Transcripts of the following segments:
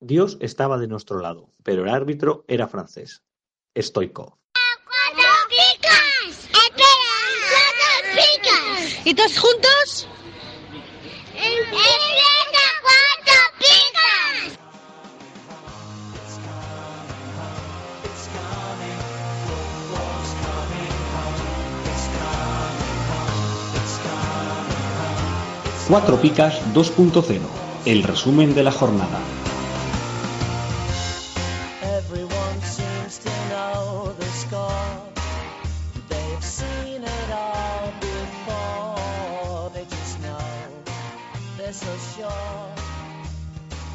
Dios estaba de nuestro lado, pero el árbitro era francés, Stoichkov. picas! ¡Espera! picas! ¿Y todos juntos? ¡Empieza cuatro picas! Cuatro Picas 2.0, el resumen de la jornada. Everyone seems to know the score. They've seen it all before. They just know they're so sure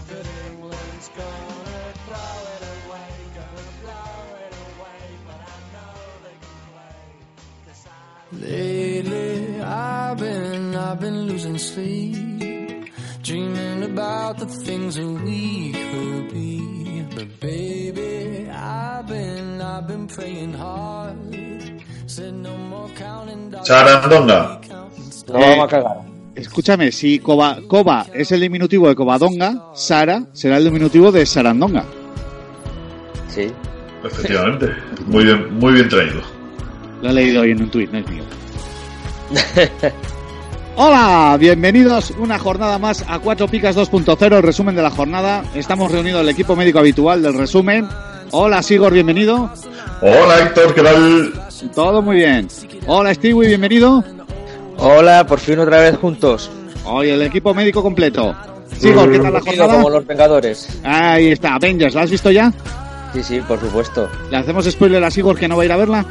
that England's gonna throw it away, gonna blow it away. But I know they can play. Cause I Lately, I've been, I've been losing sleep, dreaming about the things that we could be. But baby, I've been, I've been praying hard, said no more counting dollars. Sarandonga. counting stars. No vamos a cagar. Eh, Escúchame, si Coba, Coba es el diminutivo de Covadonga, Sara será el diminutivo de Sarandonga. Sí. Efectivamente. Muy bien, muy bien traído. Lo he leído hoy en un tuit, no es mío. Hola, bienvenidos una jornada más a 4 Picas 2.0, el resumen de la jornada. Estamos reunidos el equipo médico habitual del resumen. Hola, Sigor, bienvenido. Hola Héctor, ¿qué tal? Todo muy bien. Hola, Stewie, bienvenido. Hola, por fin otra vez juntos. Hoy el equipo médico completo. Sigor, ¿qué tal la Unido como jornada? los Vengadores. Ahí está, Avengers, ¿la has visto ya? Sí, sí, por supuesto. ¿Le hacemos spoiler a Sigor que no va a ir a verla?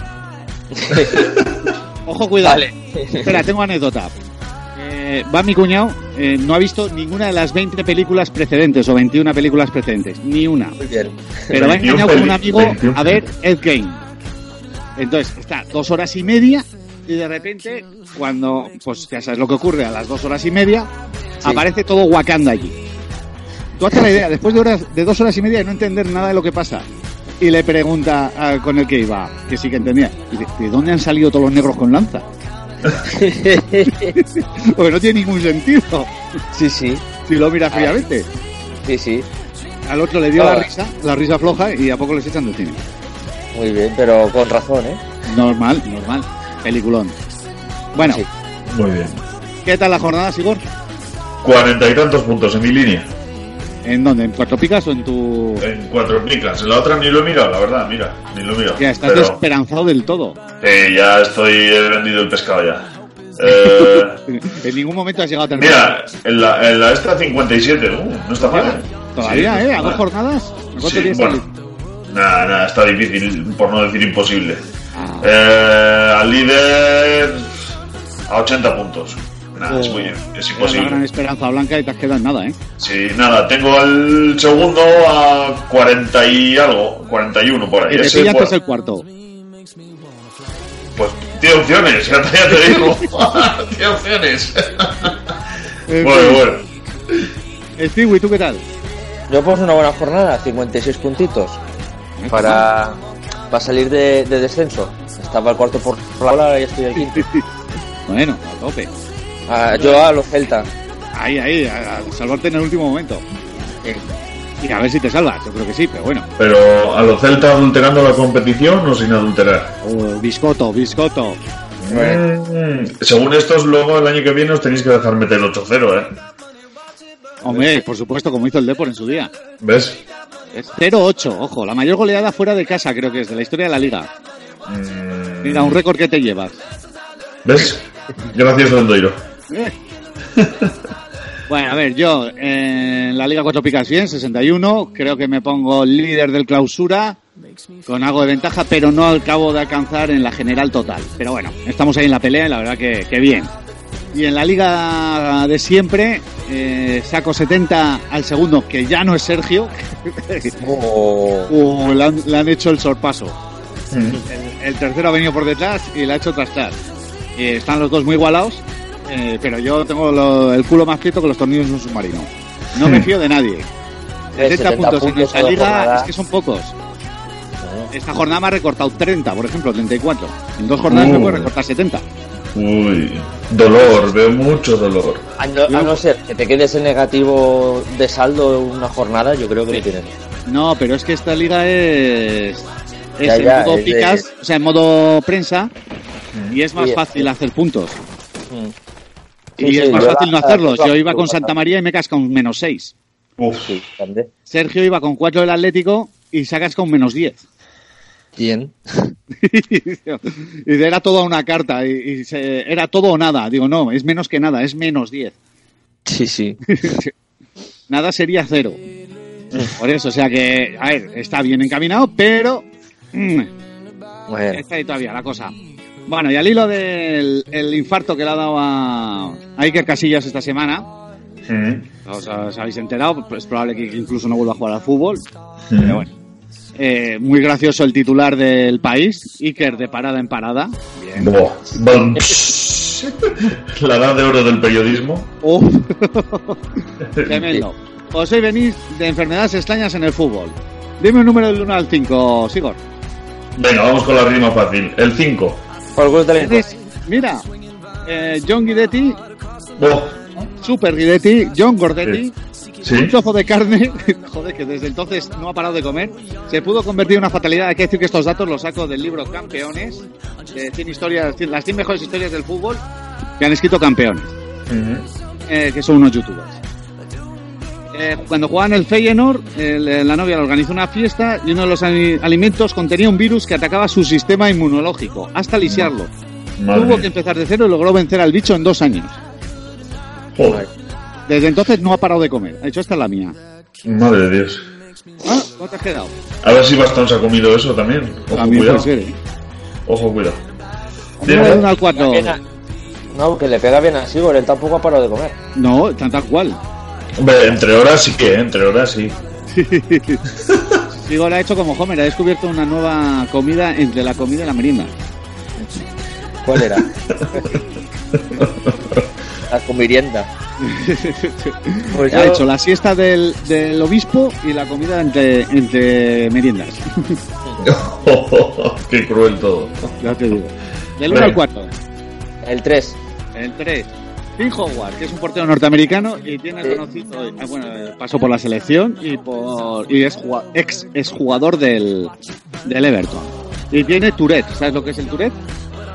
Ojo, cuidado. Vale. Espera, tengo anécdota. Eh, va mi cuñado, eh, no ha visto ninguna de las 20 películas precedentes o 21 películas precedentes, ni una. Muy bien. Pero va 21 engañado con un peli- amigo 21 a ver Ed Game. Entonces, está dos horas y media y de repente, cuando, pues ya sabes lo que ocurre, a las dos horas y media, Sí. aparece todo Wakanda allí. Tú hazte la idea, después de, horas, de dos horas y media de no entender nada de lo que pasa. Y le pregunta ah, con el que iba, que sí que entendía, y dice, ¿de dónde han salido todos los negros con lanza? Porque no tiene ningún sentido sí, sí, si lo mira fríamente. sí, sí. Al otro le dio la Ah. risa, la risa floja, y a poco les echan del cine. Muy bien, pero con razón, ¿eh? Normal, normal. Peliculón. Bueno, Sí. Muy bien. ¿qué tal la jornada, Sigor? Cuarenta y tantos puntos en mi línea. ¿En dónde? ¿En Puerto Picas o en tu...? En cuatro picas. En la otra ni lo he mirado, la verdad, mira. Ni lo he mirado. Ya estás Pero desesperanzado del todo. sí, ya estoy he vendido el pescado ya. Eh, en ningún momento has llegado tan mira, en la, en la esta 57, uh, no está mal. ¿eh? Todavía, Sí, ¿eh? ¿A dos vale. jornadas? ¿A cuántos Sí, días bueno. sale? Nada, nada, está difícil, por no decir imposible. Ah. Eh, al líder a 80 puntos. Nada, es muy es Oh. Era la gran imposible. esperanza blanca y te has quedado en nada, ¿eh? Sí, nada, tengo al segundo a 40 y algo, 41 por ahí. Y te Ese, pillas bueno, es el cuarto. Pues tiene opciones, ya te, ya te digo. tiene opciones. En bueno, fin. bueno. Stewie, ¿tú qué tal? Yo pues una buena jornada, 56 puntitos. Para, para salir de, de descenso. Estaba el cuarto por la bola y estoy el quinto. Bueno, a tope. Ah, yo a los Celta. Ahí, ahí, a, a salvarte en el último momento. Eh, Y a ver si te salvas, yo creo que sí, pero bueno. Pero a los Celta adulterando la competición o sin adulterar. Oh, biscoto, biscoto. Mm, según estos, luego el año que viene os tenéis que dejar meter el 8-0, ¿eh? Hombre, por supuesto, como hizo el Depor en su día. ¿Ves? Es 0-8, ojo, la mayor goleada fuera de casa, creo que es de la historia de la liga. Mm, Mira, un récord que te llevas. ¿Ves? Gracias, Lendoiro. Eh. Bueno, a ver, yo eh, en la Liga 4 Picas bien, 61. Creo que me pongo líder del clausura con algo de ventaja, pero no acabo de alcanzar en la general total. Pero bueno, estamos ahí en la pelea y la verdad que, que bien. Y en la Liga de siempre eh, saco 70 al segundo, que ya no es Sergio. Oh, Uh, le, han, le han hecho el sorpaso. El, el tercero ha venido por detrás y la ha hecho trastar. Eh, están los dos muy igualados, eh, pero yo tengo lo- el culo más quieto que los tornillos de un submarino. No Hmm. me fío de nadie. Eh, 70, puntos, en nuestra cada liga jornada. es que son pocos. Esta jornada me ha recortado 30, por ejemplo, 34. En dos jornadas Uh. me puede recortar 70. Uy, dolor, veo mucho dolor. A no, a no ser que te quedes en negativo de saldo una jornada, yo creo que lo tienes. No, pero es que esta liga es. Es Ya, en ya, modo es de- picas, o sea, en modo prensa, y es más Sí, fácil sí. hacer puntos. Mm. Y Sí, es sí, más yo fácil la- no hacerlos. la- Yo iba con la- Santa María y me casca un menos 6. Uf, Sí, grande. Sergio iba con 4 del Atlético y se ha cascado un menos 10. Bien. y dice, era toda una carta, y, y se- era todo o nada. Digo, no, es menos que nada, es menos 10. Sí, sí. Nada sería cero. Por eso, o sea que, a ver, está bien encaminado, pero mm, Bueno, está ahí todavía la cosa. Bueno, y al hilo del el infarto que le ha dado a, a Iker Casillas esta semana, mm, os, os habéis enterado, pues es probable que incluso no vuelva a jugar al fútbol, mm. pero bueno. Eh, muy gracioso el titular del país, Iker de parada en parada. Buah, bam, pss. La edad de oro del periodismo. Uf. Oh. Tremendo. Os soy venís de enfermedades extrañas en el fútbol. Dime un número del 1 al 5, Sigor. Venga, vamos con la rima fácil. El 5. por algún talento. Eres- Mira, eh, John Guidetti, Oh, Super Guidetti, John Gordetti, ¿Sí? un trozo de carne, joder, que desde entonces no ha parado de comer, se pudo convertir en una fatalidad. Hay que decir que estos datos los saco del libro Campeones, de 100 historias, las 100 mejores historias del fútbol que han escrito campeones. Mm, eh, que son unos youtubers. Eh, cuando jugaban el Feyenoord, el- la novia le organizó una fiesta y uno de los ali- alimentos contenía un virus que atacaba su sistema inmunológico, hasta lisiarlo. madre Tuvo mía. que empezar de cero y logró vencer al bicho en dos años. Joder, Desde entonces no ha parado de comer. Ha hecho, esta es la mía. madre de Dios. Ah, ¿Cómo te has quedado? A ver si Bastón se ha comido eso también. Ojo, También cuidado. puede ser, ¿eh? Ojo, cuidado. Dime. Número uno al cuatro. No, que le pega bien a Sigor, él tampoco ha parado de comer. No, tan tal cual. Hombre, entre horas sí que, ¿eh? entre horas sí. Digo, lo ha hecho como Homer, ha descubierto una nueva comida entre la comida y la merienda. ¿Cuál era? la comirienda. Pues Ha yo- hecho la siesta del, del obispo y la comida entre, entre meriendas. Qué cruel todo. Ya te digo. Del 1 Venga. al 4. El 3. El 3. Tim Howard, que es un portero norteamericano y tiene el Sí. conocido, ah, bueno, eh, pasó por la selección y por y es jua- ex es jugador del, del Everton. Y tiene Tourette, ¿sabes lo que es el Tourette?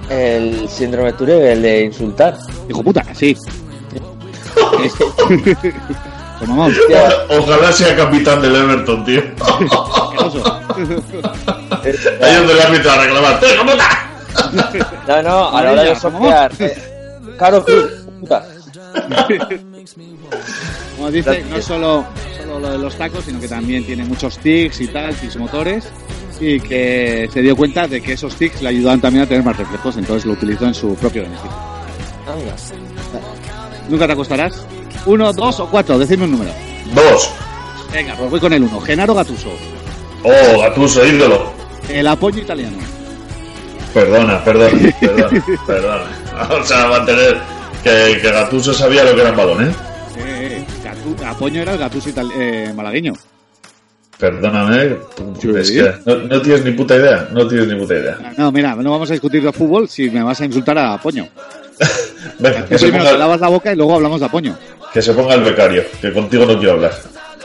El síndrome de Tourette, el de insultar. Hijo puta, sí. Como mamón, Hostia, Ojalá sea capitán del Everton, tío. asqueroso. Ahí donde le árbitro a reclamar. ¡Te puta! No, no, a la hora de Maravilla, ¿cómo? sortear. eh, Caro Cruz, puta. Como dice, no es solo, solo lo de los tacos, sino que también tiene muchos tics y tal, tics motores, y que se dio cuenta de que esos tics le ayudaban también a tener más reflejos, entonces lo utilizó en su propio beneficio. Anda. Nunca te acostarás. Uno, dos o cuatro, decime un número. Dos. Venga, pues voy con el uno. Genaro Gatuso, Oh, Gatuso, ídolo. el apoyo italiano. Perdona, perdona, perdona, perdona. O sea, mantener que, que Gatuso sabía lo que era un balón, ¿eh? Eh, Gatu- apoyo era el Gatuso itali- eh, malagueño. Perdóname, Sí. es que no, no tienes ni puta idea, no tienes ni puta idea. No, mira, no vamos a discutir de fútbol si me vas a insultar a Apoño. Venga, Tú que se, primero te ponga, lavas la boca y luego hablamos de Apoño. que se ponga el becario, que contigo no quiero hablar.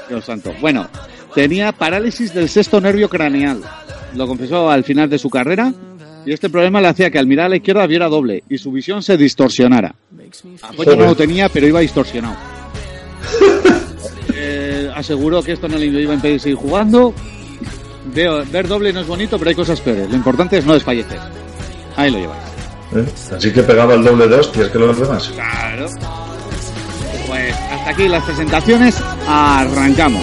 Dios santo. Bueno, tenía parálisis del sexto nervio craneal. Lo confesó al final de su carrera. Y este problema le hacía que al mirar a la izquierda viera doble y su visión se distorsionara. Apoyo no Joder. lo tenía, pero iba distorsionado. Eh, aseguró que esto no le iba a impedir seguir jugando. Veo- ver doble no es bonito, pero hay cosas peores. Lo importante es no desfallecer. Ahí lo lleváis. ¿eh? Así que pegaba el doble de hostias que los demás. Claro. Pues hasta aquí las presentaciones. Arrancamos.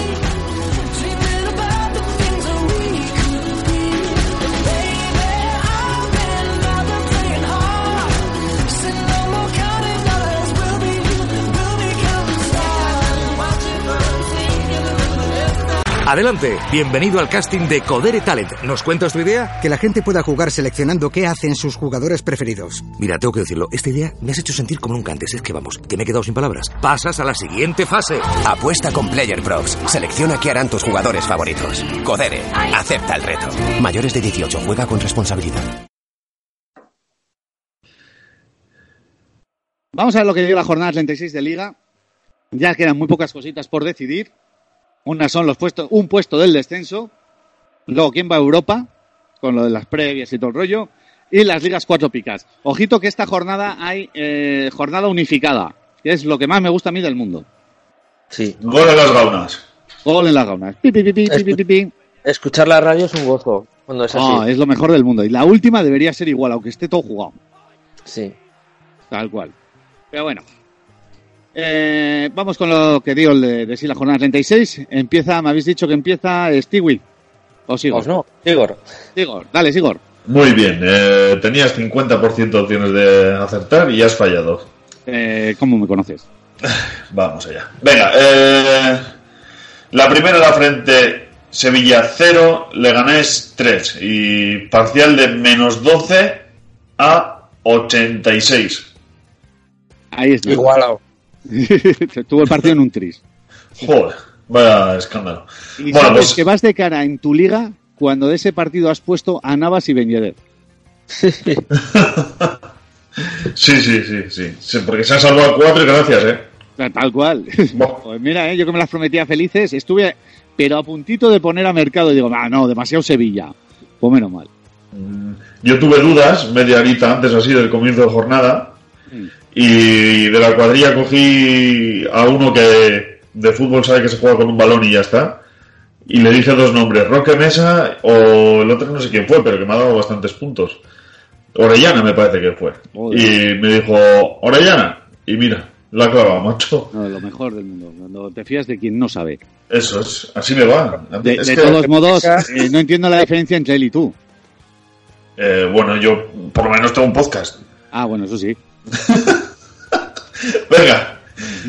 Adelante, bienvenido al casting de Codere Talent. ¿Nos cuentas tu idea? Que la gente pueda jugar seleccionando qué hacen sus jugadores preferidos. Mira, tengo que decirlo, esta idea me has hecho sentir como nunca antes. Es que vamos, que me he quedado sin palabras. Pasas a la siguiente fase. Apuesta con Player Props. Selecciona qué harán tus jugadores favoritos. Codere, acepta el reto. Mayores de 18, juega con responsabilidad. Vamos a ver lo que dio la jornada 36 de Liga. Ya quedan muy pocas cositas por decidir. Unas son los puestos, un puesto del descenso. Luego, ¿quién va a Europa? Con lo de las previas y todo el rollo. Y las ligas cuatro picas. Ojito que esta jornada hay eh, jornada unificada. Que es lo que más me gusta a mí del mundo. Sí. Gol en las gaunas. Gol en las gaunas. Pi, pi, pi, pi, pi, pi, pi. Escuchar la radio es un gozo cuando es así. Ah, es lo mejor del mundo. Y la última debería ser igual, aunque esté todo jugado. Sí. Tal cual. Pero bueno. Eh, vamos con lo que dio el de, de sí la jornada 36. Empieza, me habéis dicho que empieza Stewie. O Sigor. Pues no, Igor. Sigor, dale, Sigor. Muy bien, eh, tenías 50% de opciones de acertar y has fallado. Eh, ¿Cómo me conoces? Vamos allá. Venga, eh, la primera la frente Sevilla 0, Leganés 3 y parcial de menos 12 a 86. Ahí está. Igualado. Se Tuvo el partido en un tris. Joder, vaya escándalo. Y Bueno, sabes pues que vas de cara en tu liga cuando de ese partido has puesto a Navas y Beñeder. sí, sí, sí, sí, Sí, Porque se han salvado cuatro y gracias, ¿eh? Tal cual. Buah. Pues mira, eh, yo que me las prometía felices, estuve pero a puntito de poner a mercado y digo, ah, no, demasiado Sevilla. Pues menos mal. Yo tuve dudas media horita antes así del comienzo de jornada y de la cuadrilla cogí a uno que de fútbol sabe que se juega con un balón y ya está. Y le dije dos nombres, Roque Mesa o el otro no sé quién fue, pero que me ha dado bastantes puntos. Orellana me parece que fue. Joder. Y me dijo, Orellana. Y mira, la clava, macho. No, lo mejor del mundo, cuando te fías de quien no sabe. Eso es, así me va. De, Es de que, todos modos, eh, no entiendo la diferencia entre él y tú. eh, bueno, yo por lo menos tengo un podcast. Ah, bueno, eso sí. Venga,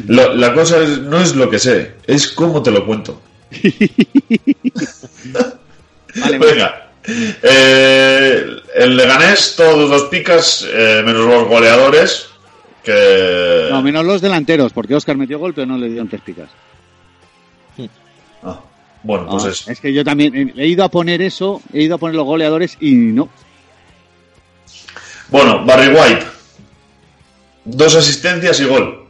Lo- la cosa es- no es lo que sé, es cómo te lo cuento. Vale, vale. Venga, Eh, el Leganés, todos los picas, eh, menos los goleadores, que... No, menos los delanteros, porque Oscar metió gol, pero no le dieron tres picas. Ah, bueno, pues Ah, es... es que yo también eh, he- he ido a poner eso, he ido a poner los goleadores y no. Bueno, Barry White, dos asistencias y gol.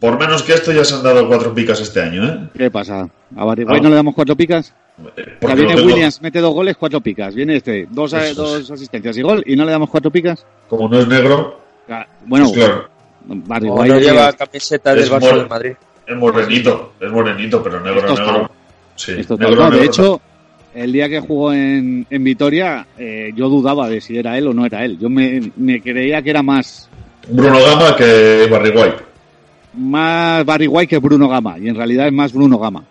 Por menos que esto ya se han dado cuatro picas este año, ¿eh? ¿Qué pasa? ¿A Barriguay Ah. no le damos cuatro picas? Ya Porque lo viene tengo- Williams, mete dos goles, cuatro picas. Viene este, dos, Eso es. dos asistencias y gol, y no le damos cuatro picas. Como no es negro, Ah, Bueno, pues claro, Barry O White no es- lleva camiseta del Es Barça bueno. del Madrid. es morenito, es morenito, pero negro, Esto es negro. todo. Sí, esto es negro, todo. No, de negro, hecho, el día que jugó en, en Vitoria, eh, yo dudaba de si era él o no era él. Yo me, me creía que era más, Bruno Gama que Barry White. más Barry White que Bruno Gama, y en realidad es más Bruno Gama.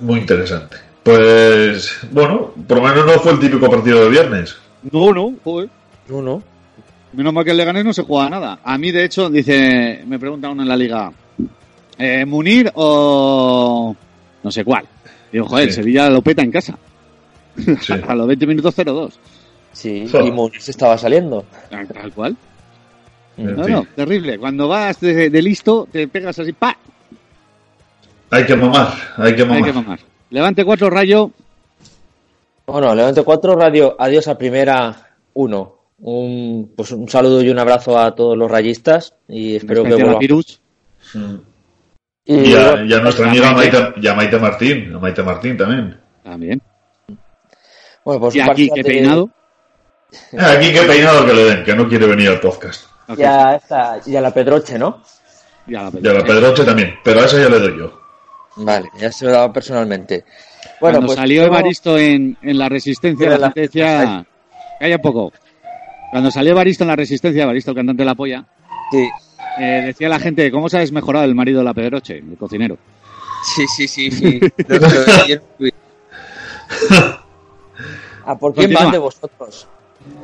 Muy interesante. Pues bueno, por lo menos no fue el típico partido de viernes. No, no, joder. No, no. Menos mal que el Leganés no se juega nada. A mí, de hecho, dice, me pregunta uno en la liga, eh, ¿Munir o no sé cuál? Digo, joder, Sí. Sevilla lo peta en casa. Sí. A los 20 minutos 0-2. Sí, Joder. y Munir se estaba saliendo. Tal cual. En No, fin. no, terrible. Cuando vas de, de listo, te pegas así, ¡pa! Hay que mamar, hay que mamar. Hay que mamar. Levante cuatro rayo. Bueno, Levante 4 Radio, adiós a primera 1. Un, pues un saludo y un abrazo a todos los rayistas y espero que especial a vuelvan. Pirus. Mm. Y Y a, bueno, y a nuestra amiga Maite. Maite, y a Maite Martín, a Maite Martín también. También. Bueno, pues Y un aquí, parcial que de- peinado. Ah, Aquí que peinado que le den, que no quiere venir al podcast. Ok, Y a, esta- y a la Pedroche, ¿no? ya la Y a la Pedroche también, pero a esa ya le doy yo. Vale, ya se lo he dado personalmente. Bueno, Cuando pues salió luego- Evaristo en, en la resistencia, Era la la- gente decía... Calla un poco. Cuando salió Evaristo en la resistencia, Evaristo, el cantante de la polla, Sí, Eh, decía la gente, ¿cómo se ha desmejorado el marido de la Pedroche, el cocinero? sí, sí, sí. sí. Lo- lo vi en Twitter. ¿A por quién Continúa. van de vosotros?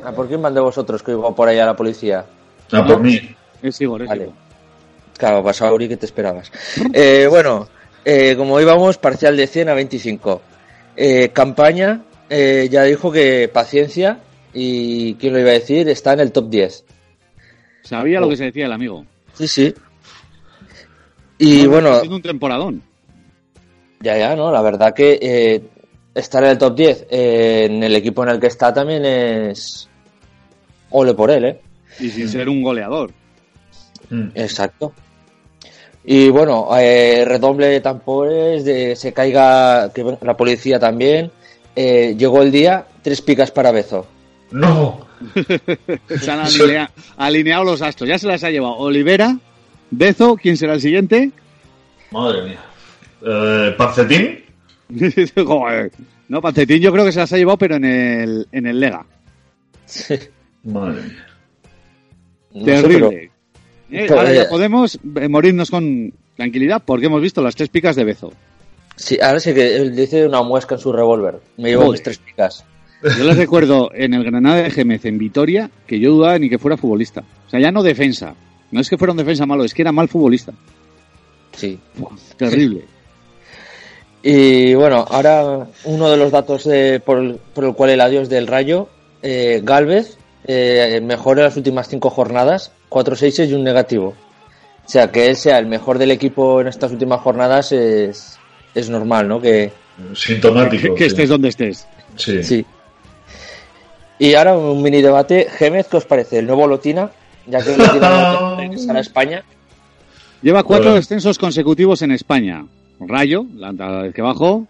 ¿A por quién van de vosotros que iba por ahí a la policía? Ah, por mí. Es Igor, es Vale. Igor. Claro, Basauri, ¿qué te esperabas? Eh, bueno, eh, como íbamos, parcial de 100 a 25. Eh, campaña, eh, ya dijo que paciencia y, ¿quién lo iba a decir? Está en el top 10. Sabía Oh. lo que se decía el amigo. Sí, sí. Y No, bueno, ha sido un temporadón. ya, ya, ¿no? La verdad que eh, estar en el top 10 eh, en el equipo en el que está también es... Ole por él, ¿eh? Y sin ser un goleador. Mm. Exacto. Y bueno, eh, redoble de tambores, de, se caiga que venga la policía también. Eh, llegó el día, tres picas para Bezo. ¡No! Se han alinea- alineado los astros. Ya se las ha llevado Olivera, Bezo, ¿quién será el siguiente? Madre mía. Eh, ¿Pancetín? Joder. No, Pancetín yo creo que se las ha llevado, pero en el, en el Lega. Madre mía. No sé, Terrible. Eh, pero- ahora ya pero- podemos eh, morirnos con tranquilidad porque hemos visto las tres picas de Bezo. Sí, ahora sí que él dice una muesca en su revólver. Me llevo Joder. mis tres picas. Yo les recuerdo en el Granada de Gémez, en Vitoria, que yo dudaba ni que fuera futbolista. O sea, ya no defensa. No es que fuera un defensa malo, es que era mal futbolista. Sí. Terrible. Y bueno, ahora uno de los datos eh, por, el- por el cual el adiós del Rayo, eh, Galvez eh, mejora las últimas cinco jornadas, cuatro seises y un negativo. O sea, que él sea el mejor del equipo en estas últimas jornadas es, es normal, ¿no? Que, Sintomático. que, que sí. estés donde estés. Sí. Sí. Y ahora un mini debate. Gémez, ¿qué os parece? ¿El nuevo Lotina? Ya que Lotina no regresa a España. Lleva cuatro Hola. descensos consecutivos en España. Rayo, la la vez que bajó.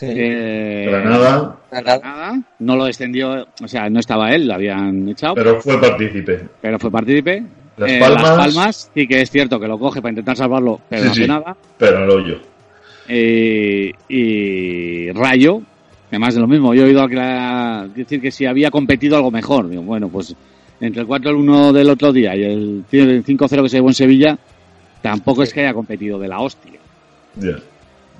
Eh, Granada, Granada. Granada. No lo descendió, o sea, no estaba él, lo habían echado, pero, pero fue partícipe. fue partícipe. Las Eh, Palmas. Las Palmas, sí que es cierto que lo coge para intentar salvarlo, pero Sí, no hace sí. nada. Pero el hoyo. Eh, y Rayo, además de lo mismo, yo he oído a que la- decir que si había competido algo mejor. Digo, bueno, pues entre el 4-1 del otro día y el 5-0 que se llevó en Sevilla, tampoco es que haya competido de la hostia. Ya.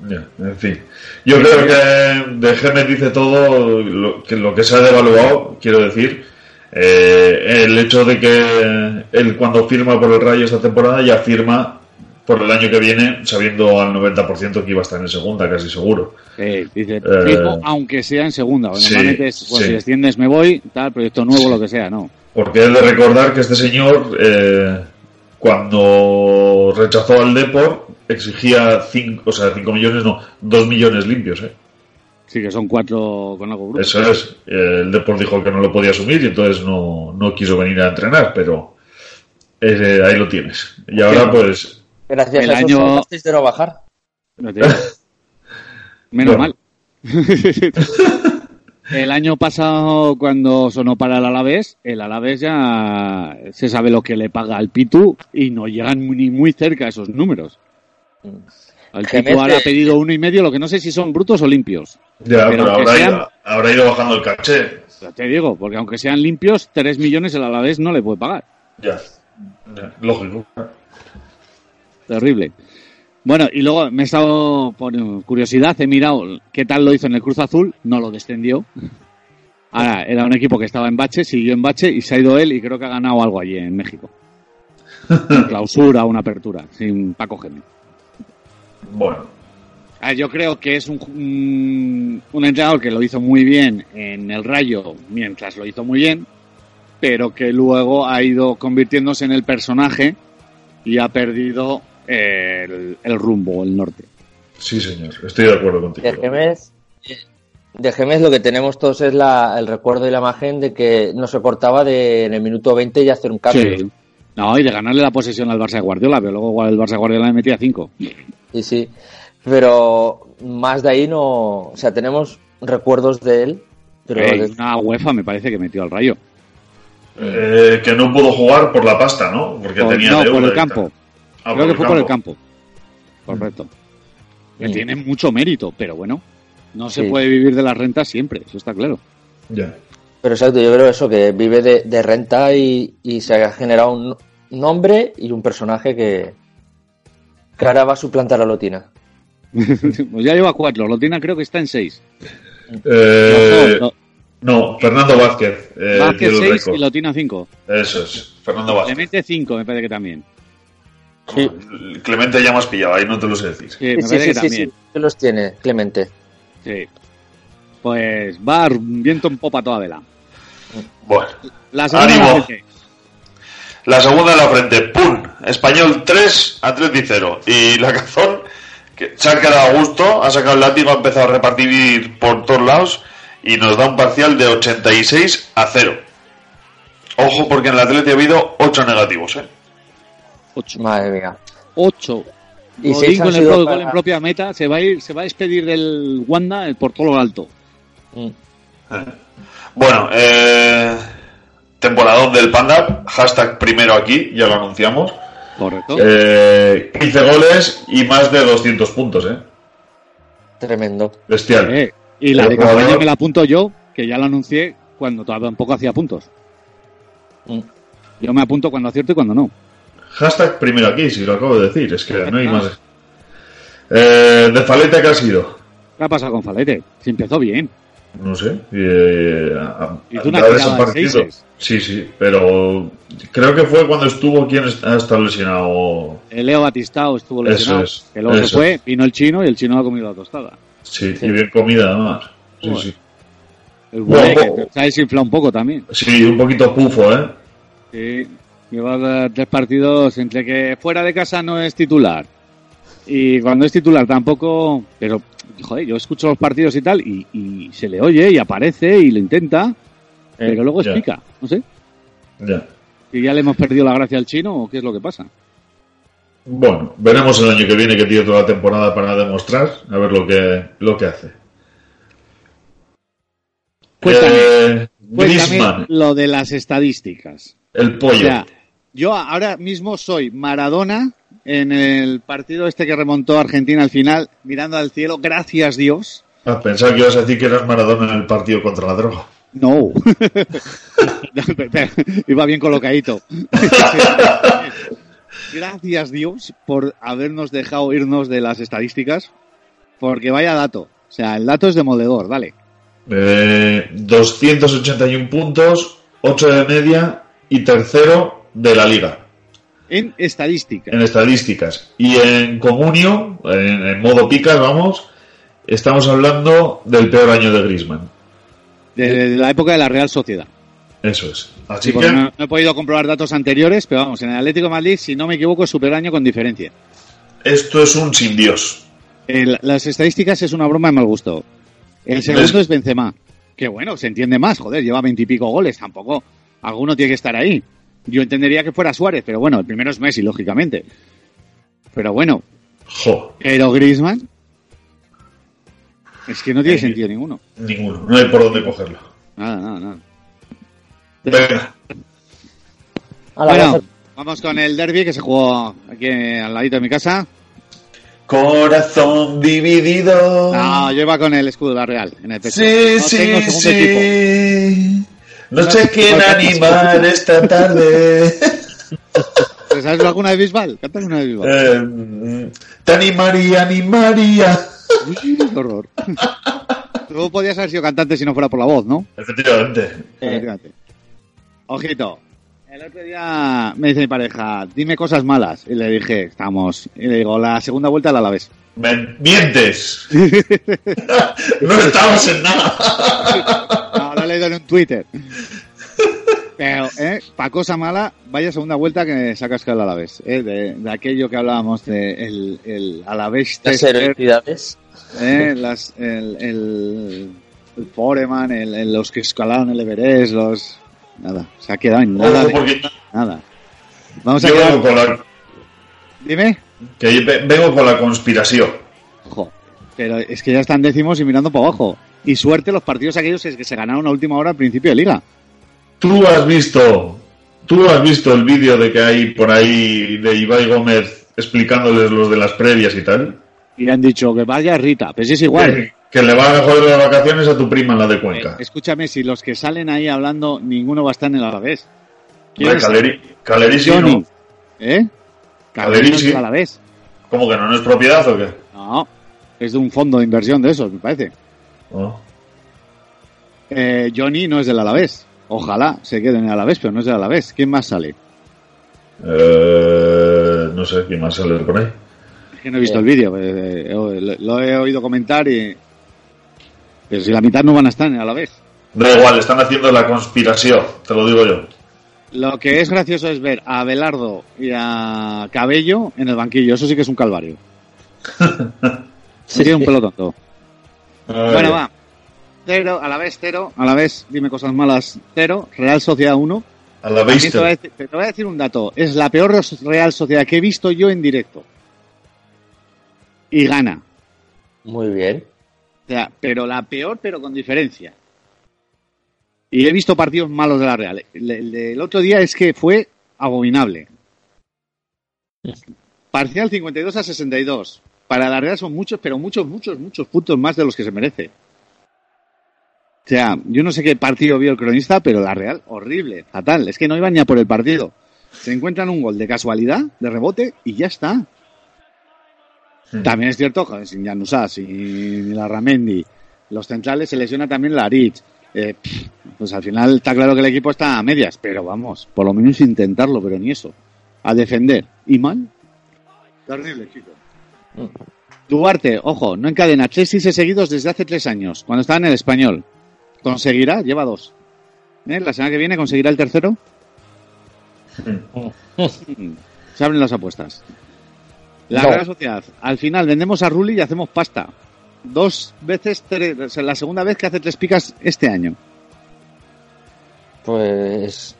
Ya. En fin. Yo creo que de Gémez dice todo lo que, lo que se ha devaluado, quiero decir. Eh, el hecho de que él cuando firma por el Rayo esta temporada ya firma por el año que viene sabiendo al 90% que iba a estar en segunda, casi seguro. Eh, dice, Eh, fijo, aunque sea en segunda. porque sí, normalmente es, pues, sí. si desciendes me voy, tal, proyecto nuevo, lo que sea, ¿no? Porque he de recordar que este señor, eh, cuando rechazó al Depor, exigía 5 o sea, cinco millones, no, 2 millones limpios. ¿eh? Sí que son cuatro con algo bruto. Eso es. Eh, El Depor dijo que no lo podía asumir y entonces no, no quiso venir a entrenar, pero eh, ahí lo tienes. Y ahora, pues, Gracias El a eso año- salvasteis de no bajar. No te digo. Menos Bueno. mal. el año pasado, cuando sonó para el Alavés, el Alavés ya se sabe lo que le paga al Pitu y no llegan ni muy cerca a esos números. El Gemete. Pitu ahora ha pedido uno y medio, lo que no sé si son brutos o limpios. ya, Pero pero aunque habrá, sean- ido, habrá ido bajando el caché. Ya te digo, porque aunque sean limpios, 3 millones el Alavés no le puede pagar. Ya. Ya, Lógico. Terrible. Bueno, y luego me he estado, por curiosidad, he mirado qué tal lo hizo en el Cruz Azul, no lo descendió. Ahora, era un equipo que estaba en bache, siguió en bache y se ha ido él y creo que ha ganado algo allí en México. Una clausura, una apertura, sin Paco Gémez. Bueno, Ah, yo creo que es un, un, un entrenador que lo hizo muy bien en el Rayo mientras lo hizo muy bien, pero que luego ha ido convirtiéndose en el personaje y ha perdido el, el rumbo, el norte. sí, señor. Estoy de acuerdo contigo. De Gémez, de Gémez lo que tenemos todos es la, el recuerdo y la imagen de que no se cortaba de en el minuto 20 y hacer un cambio. Sí. No, y de ganarle la posesión al Barça de Guardiola, pero luego el Barça de Guardiola le metía cinco. Sí, sí. Pero más de ahí no. O sea, tenemos recuerdos de él. Pero Ey, de- Eh, una UEFA me parece que metió al rayo. Eh, que no pudo jugar por la pasta, ¿no? Porque Por- tenía no, deuda por el y campo. tal. Ah, Creo que fue por el campo. Correcto. Que Mm. tiene mucho mérito, pero bueno, no se Sí. puede vivir de las rentas siempre, eso está claro. Ya. Pero exacto, yo creo eso, que vive de, de renta y, y se ha generado un nombre y un personaje que, que ahora va a suplantar a Lotina. pues ya lleva cuatro, Lotina creo que está en seis. Eh, Ojo, no, Fernando Vázquez. eh, Lo- Vázquez tiene el seis récord. y Lotina cinco. Eso es, Fernando Vázquez. Clemente cinco, me parece que también. Sí, Clemente ya más pillado, ahí no te lo sé decir. Sí, me sí, parece sí, que sí, también. sí, que los tiene Clemente. Sí. Pues va viento en popa toda vela. Bueno, La segunda Ánimo. la gente. la segunda en la frente, ¡pum! Español 3 a 3 0. Y la cazón, que se ha quedado a gusto, ha sacado el látigo, ha empezado a repartir por todos lados y nos da un parcial de 86 a 0. Ojo, porque en la Atleti ha habido 8 negativos, ¿eh? Ocho. Madre mía. Ocho. Y Godín seis han con el sido gol, para- gol en propia meta se va a ir, se va a despedir del Wanda por todo lo alto. Eh, Mm, Bueno, eh, temporadón del Panda, hashtag primero aquí, ya lo anunciamos. Correcto. Eh, 15 goles y más de 200 puntos, ¿eh? Tremendo. Bestial. Eh, y la El de jugador- Campaña me la apunto yo, que ya la anuncié cuando tampoco hacía puntos. Mm. Yo me apunto cuando acierto y cuando no. Hashtag primero aquí, si lo acabo de decir, es que no hay más. Eh, ¿De Faleta que ha sido? ¿Qué ha pasado con Falete? Si empezó bien. No sé. eh, a- Hizo a una través tirada del de partido. seises. Sí, sí, pero creo que fue cuando estuvo quien est- ha estado lesionado. El Leo Batistao estuvo Eso lesionado. es, que luego se eso fue, vino el chino y el chino ha comido la tostada. Sí, y bien comida además. Sí, Joder. sí. El Bueno, pues- Buré, bueno. que se ha desinflado un poco también. Sí, un poquito pufo, ¿eh? Sí, lleva eh, tres partidos entre que fuera de casa no es titular y cuando es titular tampoco. Pero, joder, yo escucho los partidos y tal y, y se le oye y aparece y lo intenta, pero luego Eh, ya. explica. No sé, Ya. si ya le hemos perdido la gracia al chino o qué es lo que pasa. Bueno, veremos el año que viene que tiene toda la temporada para demostrar, a ver lo que, lo que hace. Cuéntame, Eh, Cuéntame Griezmann, Pues lo de las estadísticas. el O pollo. sea, yo ahora mismo soy Maradona en el partido este que remontó Argentina al final, mirando al cielo, gracias Dios. Ah, pensaba que ibas a decir que eras Maradona en el partido contra la droga. No. Iba bien colocadito. Gracias Dios por habernos dejado irnos de las estadísticas, porque vaya dato. O sea, el dato es demoledor, dale. Eh, 281 puntos, 8 de media y tercero de la liga En estadística. en estadísticas. Y en comunio, en, en modo picas, vamos, estamos hablando del peor año de Griezmann. Desde la época de la Real Sociedad. Eso es. Sí, Así porque que, no, no he podido comprobar datos anteriores, pero vamos, en el Atlético de Madrid, si no me equivoco, es superaño con diferencia. esto es un sin Dios. El- las estadísticas es una broma de mal gusto. El segundo es Benzema. Que bueno, se entiende más, joder, lleva veintipico goles, tampoco. Alguno tiene que estar ahí. Yo entendería que fuera Suárez, pero bueno, el primero es Messi, lógicamente. Pero bueno, Jo, pero Griezmann es que no tiene sentido ninguno. ninguno. No hay por dónde cogerlo. Nada, nada, nada. Venga, A la Bueno, vez- vamos con el derby que se jugó aquí al ladito de mi casa. Corazón dividido. No, yo iba con el escudo de la Real en el pecho. Ah. Sí, no tengo sí, segundo sí. equipo. No No sé tengo quién segundo animar esta tarde. ¿Te ¿Sabes alguna de Bisbal? Cántame una de Bisbal. Eh, mm, te animaría, animaría. Uy, qué horror. Tú podías haber sido cantante si no fuera por la voz, ¿no? Efectivamente. Efectivamente. Ojito. El otro día me dice mi pareja, dime cosas malas. Y le dije, estamos. Y le digo, la segunda vuelta la Alavés. Me- mientes. no estabas en nada. No, lo he leído en un Twitter. Pero, ¿eh? Para cosa mala, vaya segunda vuelta que sacas que el Alavés. ¿eh? De, de aquello que hablábamos de el, el Alavés Las Tester, heroicidades. ¿eh? Las, el, el, el Foreman, el- el- los que escalaron el Everest, los... Nada, se ha quedado en nada. Ojo, de- porque Nada. Vamos a yo quedar... vengo con, la, Dime. que yo ve- vengo con la conspiración. Jo, pero es que ya están décimos y mirando para abajo. Y suerte los partidos aquellos que se ganaron a última hora al principio de liga. Tú has visto, tú has visto el vídeo de que hay por ahí de Ibai Gómez explicándoles los de las previas y tal. Y le han dicho que vaya Rita, pues es igual. Que, que le van a joder las vacaciones a tu prima, la de Cuenca. Eh, escúchame, si los que salen ahí hablando, ninguno va a estar en el Alavés. ¿Quién Hombre, es? Caleri, Caleri sí, Johnny. ¿no? ¿Eh? Caleri Caleri no es sí. del Alavés. ¿Cómo que no, no es propiedad o qué? No, es de un fondo de inversión de esos, me parece. No. Eh, Johnny no es del Alavés. Ojalá se quede en el Alavés, pero no es del Alavés. ¿Quién más sale? Eh, no sé quién más sale por ahí. Es que no he visto el vídeo, eh, eh, lo, lo he oído comentar y. Pero si la mitad no van a estar a la vez. Da igual, están haciendo la conspiración, te lo digo yo. Lo que es gracioso es ver a Belardo y a Cabello en el banquillo. Eso sí que es un calvario. Sí, un pelo tonto. Bueno, va. Cero, a la vez cero, a la vez, dime cosas malas, cero. Real Sociedad 1, Ah, A la También te, Beister. voy a decir, te voy a decir un dato. Es la peor Real Sociedad que he visto yo en directo. Y gana. Muy bien. O sea, pero la peor, pero con diferencia. Y he visto partidos malos de la Real. El, el- el otro día es que fue abominable. Parcial 52 a 62. Para la Real son muchos, pero muchos, muchos, muchos puntos más de los que se merece. O sea, yo no sé qué partido vio el cronista, pero la Real, horrible, fatal. Es que no iban ni a por el partido. Se encuentran un gol de casualidad, de rebote, y ya está. También es cierto, joder, sin Yanusá, sin Larramendi, los centrales se lesiona también Larich. Eh, pff, pues al final está claro que el equipo está a medias, pero vamos, por lo menos intentarlo, pero ni eso. A defender. ¿Y mal? Terrible, chico. Duarte, ojo, no encadena tres seis seguidos desde hace tres años, cuando estaba en el español. ¿Conseguirá? Lleva dos. ¿Eh? ¿La semana que viene conseguirá el tercero? Se abren las apuestas. La No. Real Sociedad. Al final vendemos a Rulli y hacemos pasta. Dos veces, tres- o sea, la segunda vez que hace tres picas este año. Pues.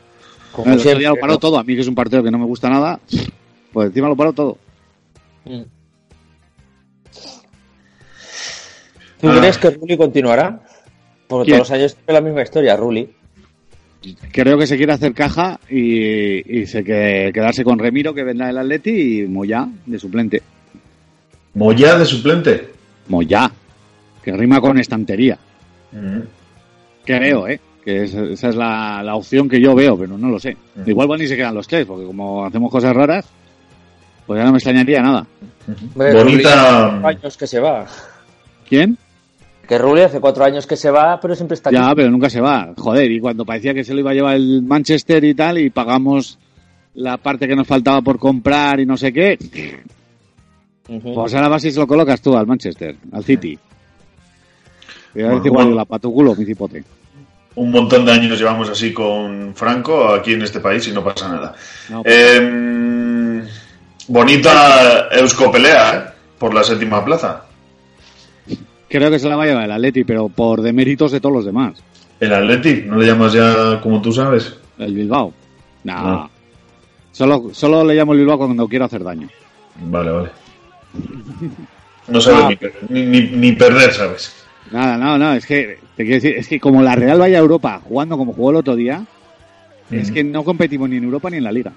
Como el otro siempre, día lo paró ¿no? todo. A mí que es un partido que no me gusta nada, pues encima lo paró todo. Mm. ¿Tú Ah. crees que Rulli continuará? Porque ¿Quién? todos los años es la misma historia, Rulli. Creo que se quiere hacer caja y, y se que quedarse con Remiro, que vendrá del Atleti, y Moyá, de suplente. Moyá de suplente. Moyá, que rima con estantería. Mm. Creo, ¿eh? Que es- esa es la, la opción que yo veo, pero no lo sé. Igual van y se quedan los tres, porque como hacemos cosas raras, pues ya no me extrañaría nada. Hombre, Rulli Bonita. hace cuatro años que se va. ¿Quién? Que Rulli hace cuatro años que se va, pero siempre está aquí. Ya, pero nunca se va. Joder, y cuando parecía que se lo iba a llevar el Manchester y tal, y pagamos la parte que nos faltaba por comprar y no sé qué, Ujú. pues ahora vas y se lo colocas tú al Manchester, al City. Voy a decir igual la pa' tu culo, mi cipote. Un montón de años llevamos así con Franco aquí en este país y no pasa nada. No, Eh, bonita Euskopelea, ¿eh? Por la séptima plaza. Creo que se la va a llevar el Atleti, pero por deméritos de todos los demás. El Athletic, ¿no le llamas ya como tú sabes? El Bilbao. Nah. No. Solo, solo le llamo el Bilbao cuando quiero hacer daño. Vale, vale. No sabes No. ni per- Ni, ni- ni perder, ¿sabes? Nada, no, no, es que te quiero decir, es que como la Real vaya a Europa jugando como jugó el otro día, es Ujú. que no competimos ni en Europa ni en la Liga.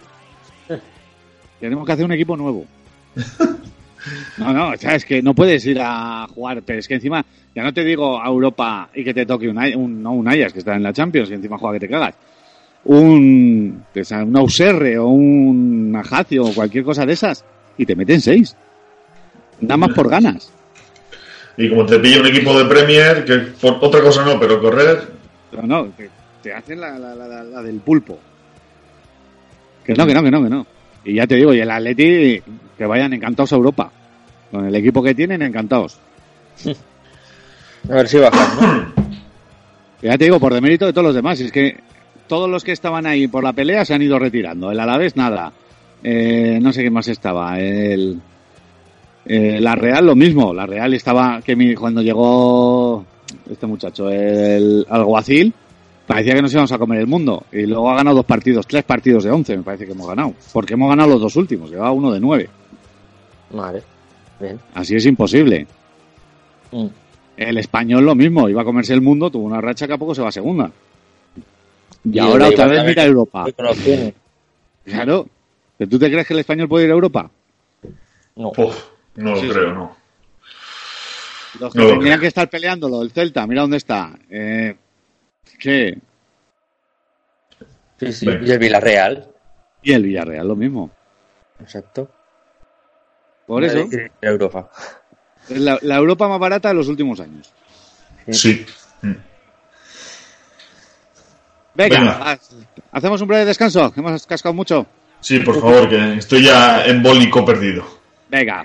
Tenemos que hacer un equipo nuevo. No, no, o sea, es que no puedes ir a jugar, pero es que encima, ya no te digo a Europa y que te toque un, Ay- un no un Ajax que está en la Champions y encima juega que te cagas. Un, o sea, un Auserre o un Ajacio o cualquier cosa de esas y te meten seis. Nada más por ganas. Y como te pilla un equipo de Premier, que por otra cosa no, pero correr. No, no, te, te hacen la, la- la- la- la del pulpo. Que no, que no, que no, que no. Y ya te digo, y el Atleti, que vayan encantados a Europa. Con el equipo que tienen, encantados. A ver si baja. ¿no? Y ya te digo, por demérito de todos los demás. y Es que todos los que estaban ahí por la pelea se han ido retirando. El Alavés, nada. Eh, no sé qué más estaba. El, eh, la Real, lo mismo. La Real estaba que mi- cuando llegó este muchacho, el alguacil, parecía que nos íbamos a comer el mundo. Y luego ha ganado dos partidos, tres partidos de once, me parece que hemos ganado. Porque hemos ganado los dos últimos, llevaba uno de nueve. Vale. Bien. Así es imposible. Mm. El español lo mismo, iba a comerse el mundo, tuvo una racha que a poco se va a segunda. Y, Y ahora el ¿eh? otra vez Eibar mira a Europa. ¿Qué opciones? Claro. ¿Pero tú te crees que el español puede ir a Europa? No. Uf, no lo Sí, sí. creo, no. Los que No. tendrían que estar peleándolo, el Celta, mira dónde está. Eh, ¿Qué? Sí, sí. Bueno. Y el Villarreal. Y el Villarreal, lo mismo. Exacto. Por Nadie eso, quiere ir a Europa. es la, la Europa más barata de los últimos años. Sí. Venga, Venga. haz- hacemos un breve descanso, que hemos cascado mucho. Sí, por favor, que estoy ya en bólico perdido. Venga,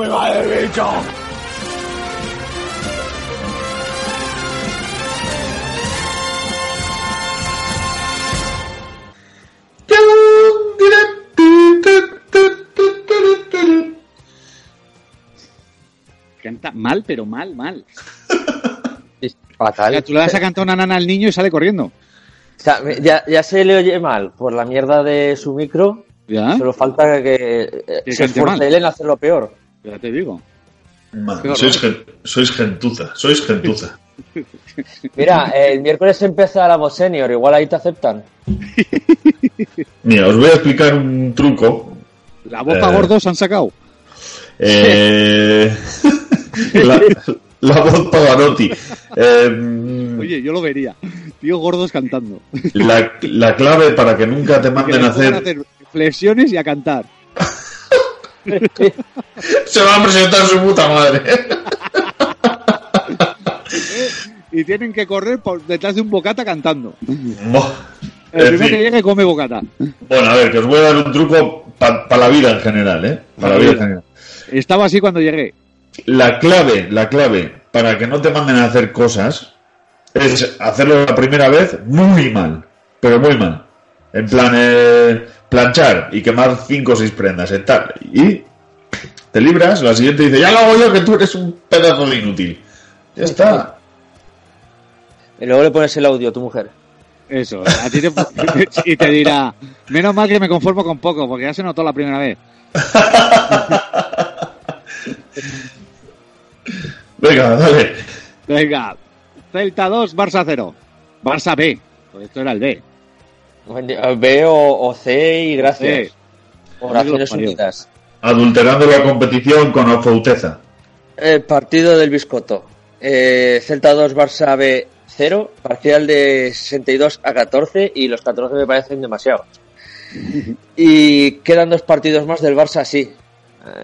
me va, el bicho! Canta mal, pero mal, mal. Fatal. Tú le das a cantar una nana al niño y sale corriendo. O sea, me- ya, ya se le oye mal por la mierda de su micro. ¿Ya? Solo falta que eh, ¿Ah? Que se cante mal. esfuerce él en hacerlo peor. Ya te digo. Man, Qué sois, horror. gen- sois gentuza, sois gentuza. Mira, eh, el miércoles empieza la voz senior, igual ahí te aceptan. Mira, os voy a explicar un truco. La voz para Eh. gordos han sacado. Eh, la, la voz Pavarotti. Eh, Oye, yo lo vería. Tíos gordos cantando. la, la clave para que nunca te Que manden le a pongan hacer. a hacer flexiones y a cantar. Se va a presentar su puta madre. Y tienen que correr por detrás de un bocata cantando. Mo- El En primero fin. que llegue come bocata. Bueno, a ver, que os voy a dar un truco para la vida en general, ¿eh? Para la vida en general. Estaba así cuando llegué. La clave, la clave para que no te manden a hacer cosas es hacerlo la primera vez muy mal, pero muy mal. En plan, eh, planchar y quemar cinco o seis prendas, en tal. Y te libras, la siguiente dice, ya lo hago yo, que tú eres un pedazo de inútil. Ya está. Y luego le pones el audio a tu mujer. Eso. A ti te- y te dirá, menos mal que me conformo con poco, porque ya se notó la primera vez. Venga, dale. Venga, Celta 2, Barça 0. Barça B. Pues esto era el B. B o, o C y gracias. Sí. Oraciones Los parió. unidas. Adulterando la competición con ofauteza. El Eh, partido del Biscotto. Eh, Celta 2, Barça B 0. Parcial de 62 a 14 y los 14 me parecen demasiados. Y quedan dos partidos más del Barça, sí.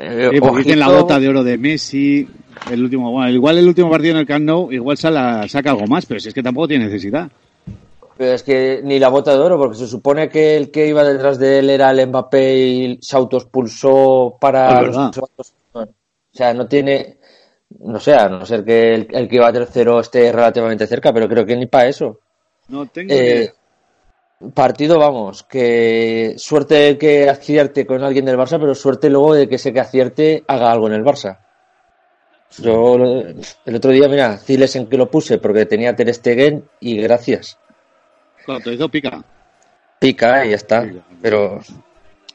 Eh, Sí, porque dicen la ojito. bota de oro de Messi. El último, bueno, igual el último partido en el Camp Nou, igual sala- saca algo más, pero si es que tampoco tiene necesidad. Pero es que ni la bota de oro, porque se supone que el que iba detrás de él era el Mbappé y se autoexpulsó para Ah, los verdad. cuatro- O sea, no tiene. No sé, a no ser que el, el que iba tercero esté relativamente cerca, pero creo que ni para eso. No tengo ni Eh, idea. partido, vamos, que suerte que acierte con alguien del Barça, pero suerte luego de que ese que acierte haga algo en el Barça. Yo lo- el otro día, mira, Ziles en que lo puse porque tenía Ter Stegen y gracias. Claro, te hizo pica. Pica y ya está, pero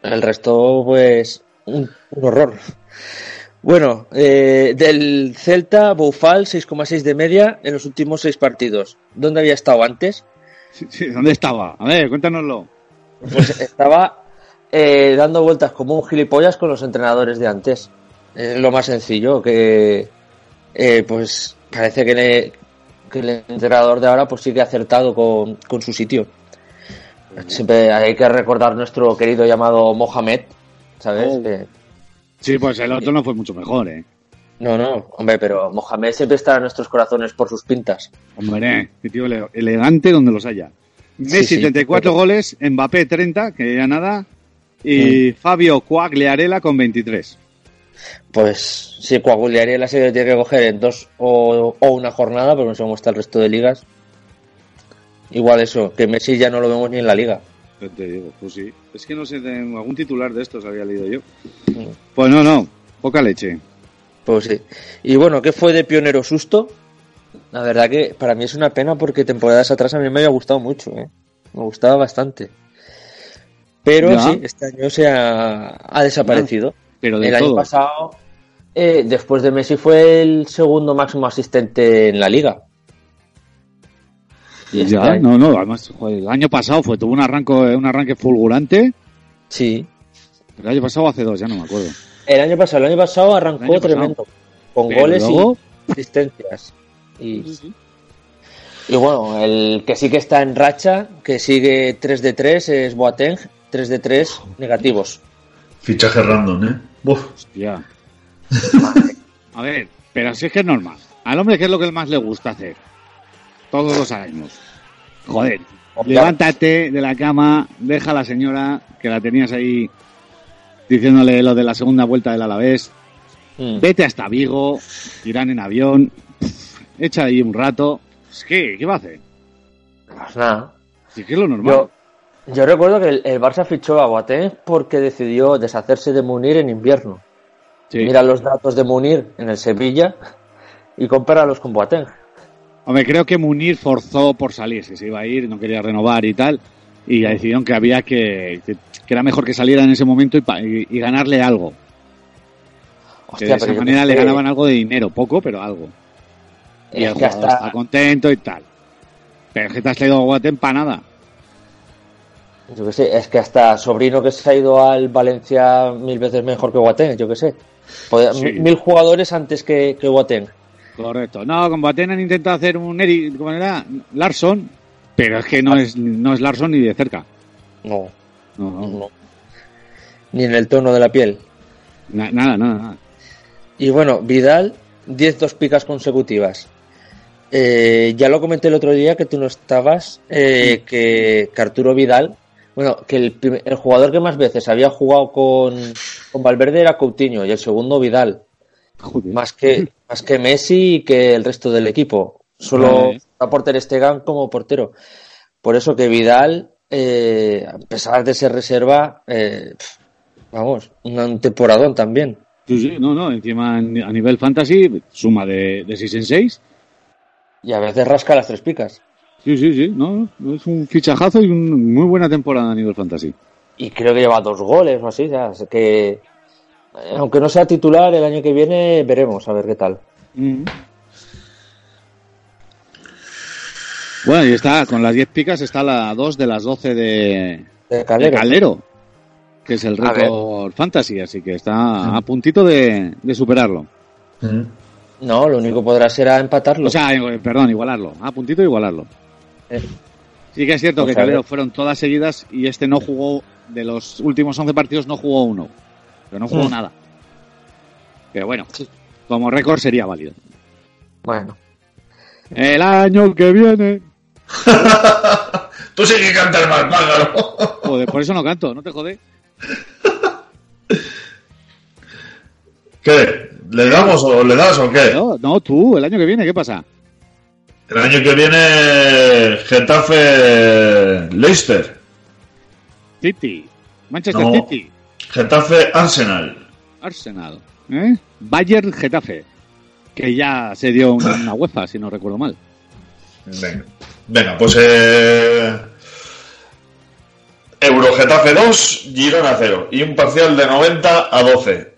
el resto, pues, un, un horror. Bueno, eh, del Celta, Boufal, 6,6 de media en los últimos seis partidos. ¿Dónde había estado antes? Sí, sí, ¿Dónde estaba? A ver, cuéntanoslo. Pues estaba eh, dando vueltas como un gilipollas con los entrenadores de antes. Eh, lo más sencillo, que eh, pues parece que, le- que el entrenador de ahora pues sí que ha acertado con, con su sitio. Siempre hay que recordar nuestro querido llamado Mohamed, ¿sabes? Eh, Que- Sí, pues el otro no fue mucho mejor, ¿eh? no, no, hombre, pero Mohamed siempre estará en nuestros corazones por sus pintas. Hombre, qué tío ele- elegante donde los haya. Messi, sí, 34 goles, Mbappé, 30, que ya nada. Y Fabio Cuagliarella con 23. Pues sí, Coaguliaría la serie tiene que coger en dos o, o una jornada, porque no sé cómo está el resto de ligas. Igual eso, que Messi ya no lo vemos ni en la liga. Yo te digo, pues sí. Es que no sé, de algún titular de estos había leído yo. Pues no, no, poca leche. Pues sí. Y bueno, ¿qué fue de Pionero Susto? La verdad que para mí es una pena porque temporadas atrás a mí me había gustado mucho, ¿eh? Me gustaba bastante. Pero Ya. sí, este año se ha, ha desaparecido. Pero de el año todo. pasado, eh, después de Messi, fue el segundo máximo asistente en la liga. Y este Ya, año- no, no, además, joder, el año pasado fue, tuvo un, arranco, un arranque eh, fulgurante. Sí. El año pasado o hace dos, ya no me acuerdo. El año pasado, el año pasado arrancó El año pasado. tremendo. Con Pero goles luego- y asistencias. Y, y bueno, el que sí que está en racha, que sigue 3 de 3, es Boateng. 3 de 3 negativos. Fichaje random, ¿eh? Ya. A ver, pero así es que es normal. Al hombre, ¿qué es lo que más le gusta hacer? Todos lo sabemos. Joder. Levántate de la cama, deja a la señora que la tenías ahí diciéndole lo de la segunda vuelta del Alavés. Mm. Vete hasta Vigo, irán en avión, echa ahí un rato. Es que, ¿qué va a hacer? Pues nada. Si es que es lo normal. Yo, yo recuerdo que el, el Barça fichó a Boateng porque decidió deshacerse de Munir en invierno. Mira los datos de Munir en el Sevilla y compáralos con Boateng. Hombre, creo que Munir forzó por salirse, se iba a ir, no quería renovar y tal, y decidieron que había que, que, que era mejor que saliera en ese momento y, pa- y- y ganarle algo. Que Hostia, de pero esa yo manera le pensé- ganaban algo de dinero, poco, pero algo. Y Es el que jugador hasta- está contento y tal. Pero es que te has traído a Guatén para nada. Yo qué sé, es que hasta sobrino que se ha ido al Valencia mil veces mejor que Boateng, yo qué sé. Podía- Sí. mi- Mil jugadores antes que, que Boateng. Correcto. No, con Boateng han intentado hacer un Eric, ¿cómo era? Larson, pero es que no es, no es Larson ni de cerca. No. No, no. Ni en el tono de la piel. nada, nada, nada. Y bueno, Vidal, 10 dos picas consecutivas. Eh, ya lo comenté el otro día que tú no estabas, eh, que, que Arturo Vidal, bueno, que el, prim- el jugador que más veces había jugado con, con Valverde era Coutinho y el segundo Vidal. Más que, más que Messi y que el resto del equipo. Solo Vale. a por Ter Stegen como portero. Por eso que Vidal, eh, a pesar de ser reserva, eh, pf, vamos, un temporadón también. Sí, sí, no, no, encima a ni- a nivel fantasy suma de, de 6 en 6. Y a veces rasca las tres picas. Sí, sí, sí, no, no, es un fichajazo y una muy buena temporada a nivel fantasy. y creo que lleva dos goles o así, ya, así que eh, aunque no sea titular el año que viene veremos a ver qué tal. Bueno, y está, con las 10 picas está la 2 de las 12 de, de Calero. de Calero, que es el A ver. récord fantasy, así que está a puntito de, de superarlo. No, lo único que podrá será empatarlo. O sea, eh, perdón, igualarlo, a puntito de igualarlo. Eh. Sí que es cierto Pues que a ver. Calero fueron todas seguidas y este no jugó, de los últimos 11 partidos no jugó uno, pero no jugó Mm. nada. Pero bueno, como récord sería válido. Bueno. El año que viene. Tú sí que cantas más, pájaro. Joder, por eso no canto, no te jode. ¿Qué? ¿Le damos o le das o qué? No, no, tú, el año que viene, ¿qué pasa? El año que viene, Getafe Leicester. City, Manchester No. City, Getafe Arsenal. Arsenal, ¿eh? Bayern Getafe, que ya se dio una, una UEFA, si no recuerdo mal. Venga, Venga, pues eh, Euro Getafe 2, Girona 0. Y un parcial de 90 a 12.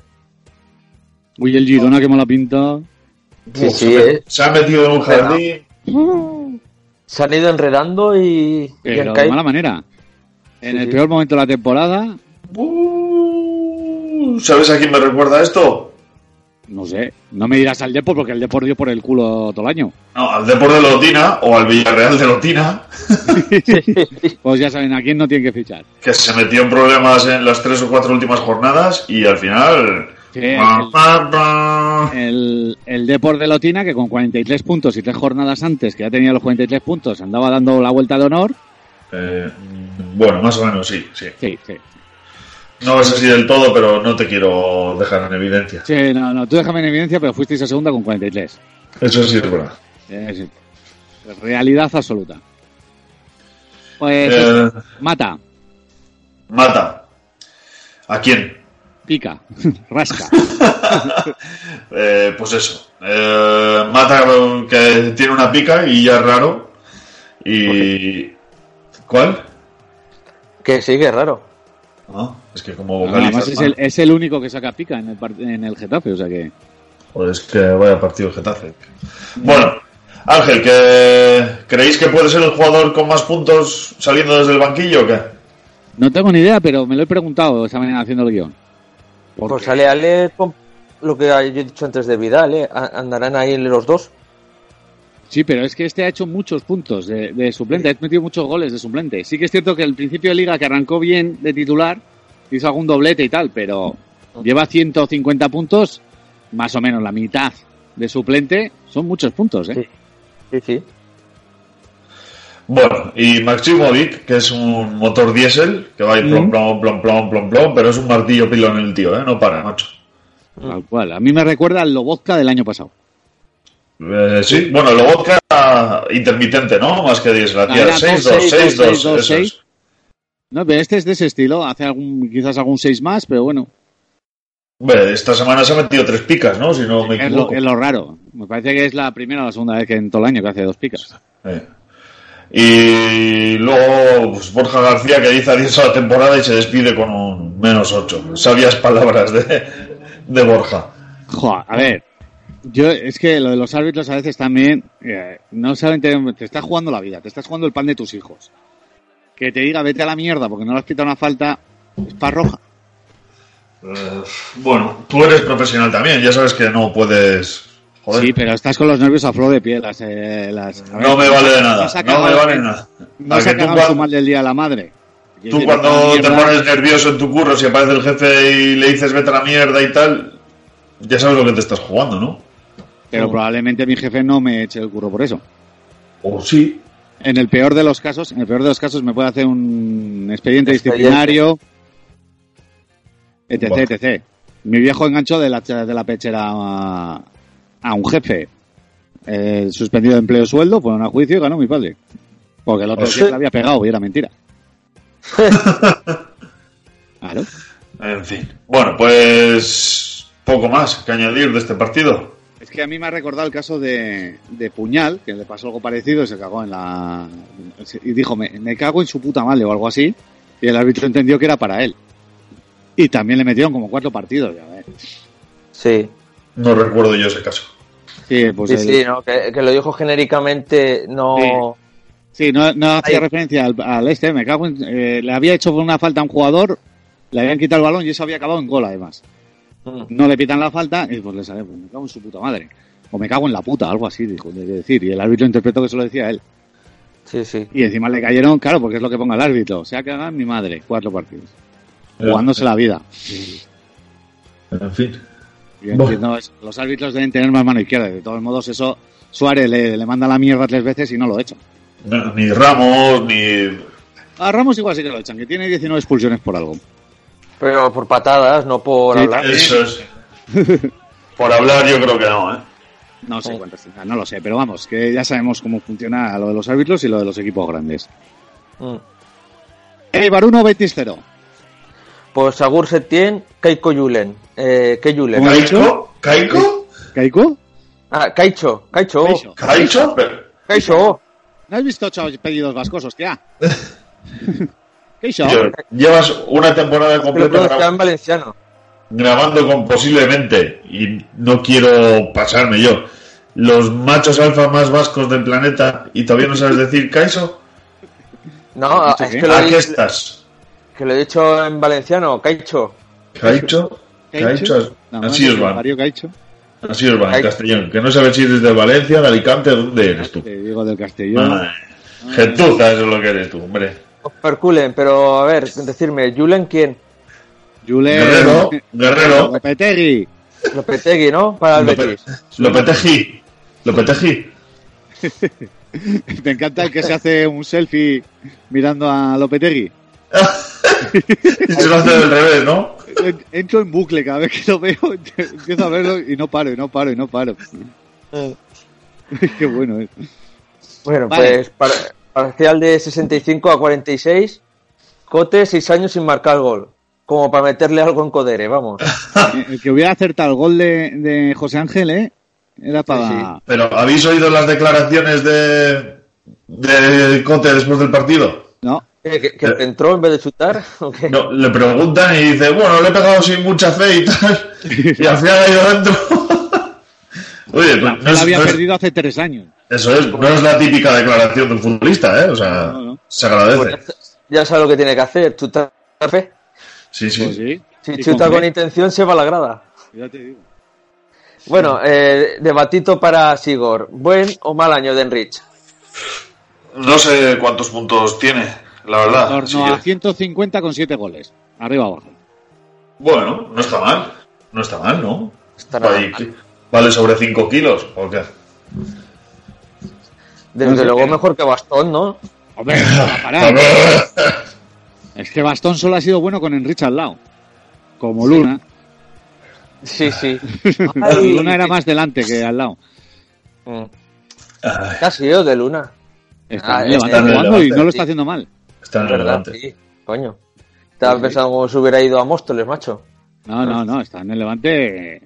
Uy, el Girona, que mala pinta. Sí, Uf, sí, se, eh. se ha metido en un jardín. Se han ido enredando y, y Pero han de caído. mala manera. En Sí, el sí. peor momento de la temporada, Uh, ¿Sabes a quién me recuerda esto? no sé, no me dirás al Depor porque el Depor dio por el culo todo el año. No, al Depor de Lotina o al Villarreal de Lotina, Pues ya saben, a quién no tienen que fichar. que se metió en problemas en las tres o cuatro últimas jornadas y al final. Sí, Eh, Ah. eh. el, el, el Depor de Lotina, que con 43 puntos y tres jornadas antes, que ya tenía los 43 puntos, andaba dando la vuelta de honor. eh, bueno, más o menos sí, sí. Sí, sí. No es así del todo, pero no te quiero dejar en evidencia. Sí, no, no, tú déjame en evidencia, pero fuisteis a segunda con 43. Eso sí es verdad. Es Eh, realidad absoluta. Pues, Eh. mata, Mata. ¿A quién? pica, rasca. Eh, pues eso. Eh, mata que tiene una pica y ya es raro. Y. ¿Cuál? Que sigue raro. Ah, es que como No, vocalizas. además es mal. el, es el único que saca pica en el, par- en el Getafe, o sea que... Joder, Pues es que vaya partido el Getafe. Mm. Bueno, Ángel, ¿que ¿creéis que puede ser el jugador con más puntos saliendo desde el banquillo o qué? No tengo ni idea, pero me lo he preguntado esta mañana haciendo el guión. Pues Ale, Ale, con lo que yo he dicho antes de Vidal, ¿eh? A- andarán ahí los dos. Sí, pero es que este ha hecho muchos puntos de, de suplente, ha metido muchos goles de suplente. Sí que es cierto que al principio de liga que arrancó bien de titular, hizo algún doblete y tal, pero lleva 150 puntos, más o menos la mitad de suplente, son muchos puntos, ¿eh? Sí, sí. Bueno, y Maximovic, que es un motor diésel, que va ahí plom, Mm. plom, plom, plom, plom, plom, pero es un martillo pilón el tío, ¿eh? No para, macho. Tal cual. A mí me recuerda al Lobotka del año pasado. Eh, sí, bueno, el Lobotka intermitente, ¿no? Más que diésel, hacía Era 6-2, 6-2, 6-2, 6-2, eso es. 6. No, pero este es de ese estilo, hace algún, quizás algún 6 más, pero bueno, Hombre, esta semana se ha metido tres picas, ¿no? Si no me es lo, equivoco. es lo raro. Me parece que es la primera o la segunda vez que en todo el año que hace dos picas. Eh. Y luego pues, Borja García que dice adiós a la temporada y se despide con un menos 8. Sabias palabras de, de Borja. Joder, a ver, yo es que lo de los árbitros a veces también eh, no saben, te, te estás jugando la vida, te estás jugando el pan de tus hijos. Que te diga vete a la mierda porque no le has quitado una falta, es para roja. Eh, bueno, tú eres profesional también, ya sabes que no puedes. Joder, Sí, pero estás con los nervios a flor de piel. Las, eh, las- a ver, no me vale de nada. has acabado- No me vale de nada. No A has que tú, acabado cuan- su mal del día a la madre. tú Decir, vete a la cuando te mierda, pones nervioso en tu curro, si aparece el jefe y le dices vete a la mierda y tal, ya sabes lo que te estás jugando, ¿no? Pero probablemente mi jefe no me eche el curro por eso. O sí. En el peor de los casos, en el peor de los casos me puede hacer un expediente Expediente. disciplinario, etc, Buah. etc. Mi viejo enganchó de la, de la pechera a, a un jefe eh, suspendido de empleo sueldo, fueron a juicio y ganó mi padre. Porque el otro O sea- siempre le había pegado y era mentira. claro. En fin. Bueno, pues poco más que añadir de este partido. Es que a mí me ha recordado el caso de, de Puñal, que le pasó algo parecido y se cagó en la. Y dijo, me, me cago en su puta madre o algo así. Y el árbitro entendió que era para él. Y también le metieron como cuatro partidos. ya ves. Sí. No recuerdo yo ese caso. Sí, pues sí, el- sí, no, que, que lo dijo genéricamente, no. Sí, no, no hacía Ahí. referencia al, al este. Me cago en- eh, le había hecho una falta a un jugador, le habían quitado el balón y eso había acabado en gol además. Mm, No le pitan la falta y pues le sale, pues, me cago en su puta madre. O me cago en la puta, algo así, dijo de decir. Y el árbitro interpretó que eso lo decía él. Sí, sí. Y encima le cayeron, claro, porque es lo que ponga el árbitro. Se ha cagado en mi madre, cuatro partidos. Jugándose la vida. En fin. Yo entiendo eso. Los árbitros deben tener más mano izquierda. De todos modos, eso Suárez le, le manda la mierda tres veces y no lo echa. No, Ni Ramos, ni. A Ramos igual sí que lo echan, que tiene 19 expulsiones por algo. Pero por patadas, no por Sí, hablar. Eso es. Por hablar, yo creo que no, ¿eh? No sé cuántas tendrá, no lo sé, pero vamos, que ya sabemos cómo funciona lo de los árbitros y lo de los equipos grandes. Mm. Eibar 1, Betis 0. Pues Agur Setién, Keiko Yulen. Eh, ¿Qué Yulen? ¿Cómo ha dicho? ¿Kaiko? ¿Kaiko? ¿Caico? Ah, Caicho, Caicho. Caicho. ¿Caicho? Caicho. ¿No has visto chavos, pedidos vascosos, tía? ¿Qué hizo? Yo- llevas una temporada Pero completa todo gra- está en valenciano. grabando con posiblemente, y no quiero pasarme yo, los machos alfa más vascos del planeta y todavía no sabes decir Kaiso. No, es que lo, he- Aquí estás. que lo he dicho en valenciano, Caicho. Caicho, Caicho, así os van. Mario Caicho. Así os van en castellano. Que no sabes si eres de Valencia, de Alicante, ¿de dónde eres tú? Te digo del Castellón. Madre. Gentuza, eso es lo que eres tú, hombre. Perculen, pero a ver, decirme, ¿Yulen quién? Yule. Guerrero, Guerrero. Lopetegui. Lopetegui, ¿no? Para el Betis. Lopetegui. Lopetegui. Me encanta el que se hace un selfie mirando a Lopetegui. Y se lo hace del revés, ¿no? En- Entro en bucle cada vez que lo veo, empiezo a verlo y no paro, y no paro, y no paro. Qué bueno eh. es. Bueno, Vale. pues par- parcial de 65 a 46. Cote, 6 años sin marcar gol. Como para meterle algo en Codere, vamos. El que hubiera acertado el gol de, de José Ángel, ¿eh? Era para. Pero ¿habéis oído las declaraciones de, de Cote después del partido? No. ¿Que, Eh, que- que te entró en vez de chutar? ¿o qué? No, le preguntan y dice, bueno, le he pegado sin mucha fe y tal. Y al final ha ido dentro. Oye, pues, La- no la es- había no es- perdido hace tres años. eso es, no es la típica declaración de un futbolista, ¿eh? O sea, se agradece. Ya sabe lo que tiene que hacer, chutar fe. Sí, sí. Pues sí. Si Y chuta con con Fred. intención, se va a la grada. Ya te digo. Bueno, eh, debatito para Sigor. ¿Buen o mal año de Enrich? No sé cuántos puntos tiene, la verdad. En torno Ah, Sí, a 150 con 7 goles. Arriba abajo. Bueno, no está mal. No está mal, ¿no? Está nada Ahí, que- Vale sobre 5 kilos, ¿o qué? Pues Desde luego mejor que Bastón, ¿no? Hombre, no va a parar. es que Este Bastón solo ha sido bueno con Enrich al lado. Como Luna. Sí, sí. Luna era más delante que al lado. ¿Qué ha sido Mm. ¿eh? de Luna? Está Ah, en Levante está en jugando Levante, y no lo sí. está haciendo mal. Está en Es verdad, Levante. sí, coño. Estaba pensando cómo se hubiera ido a Móstoles, macho. No, no, no, está en el Levante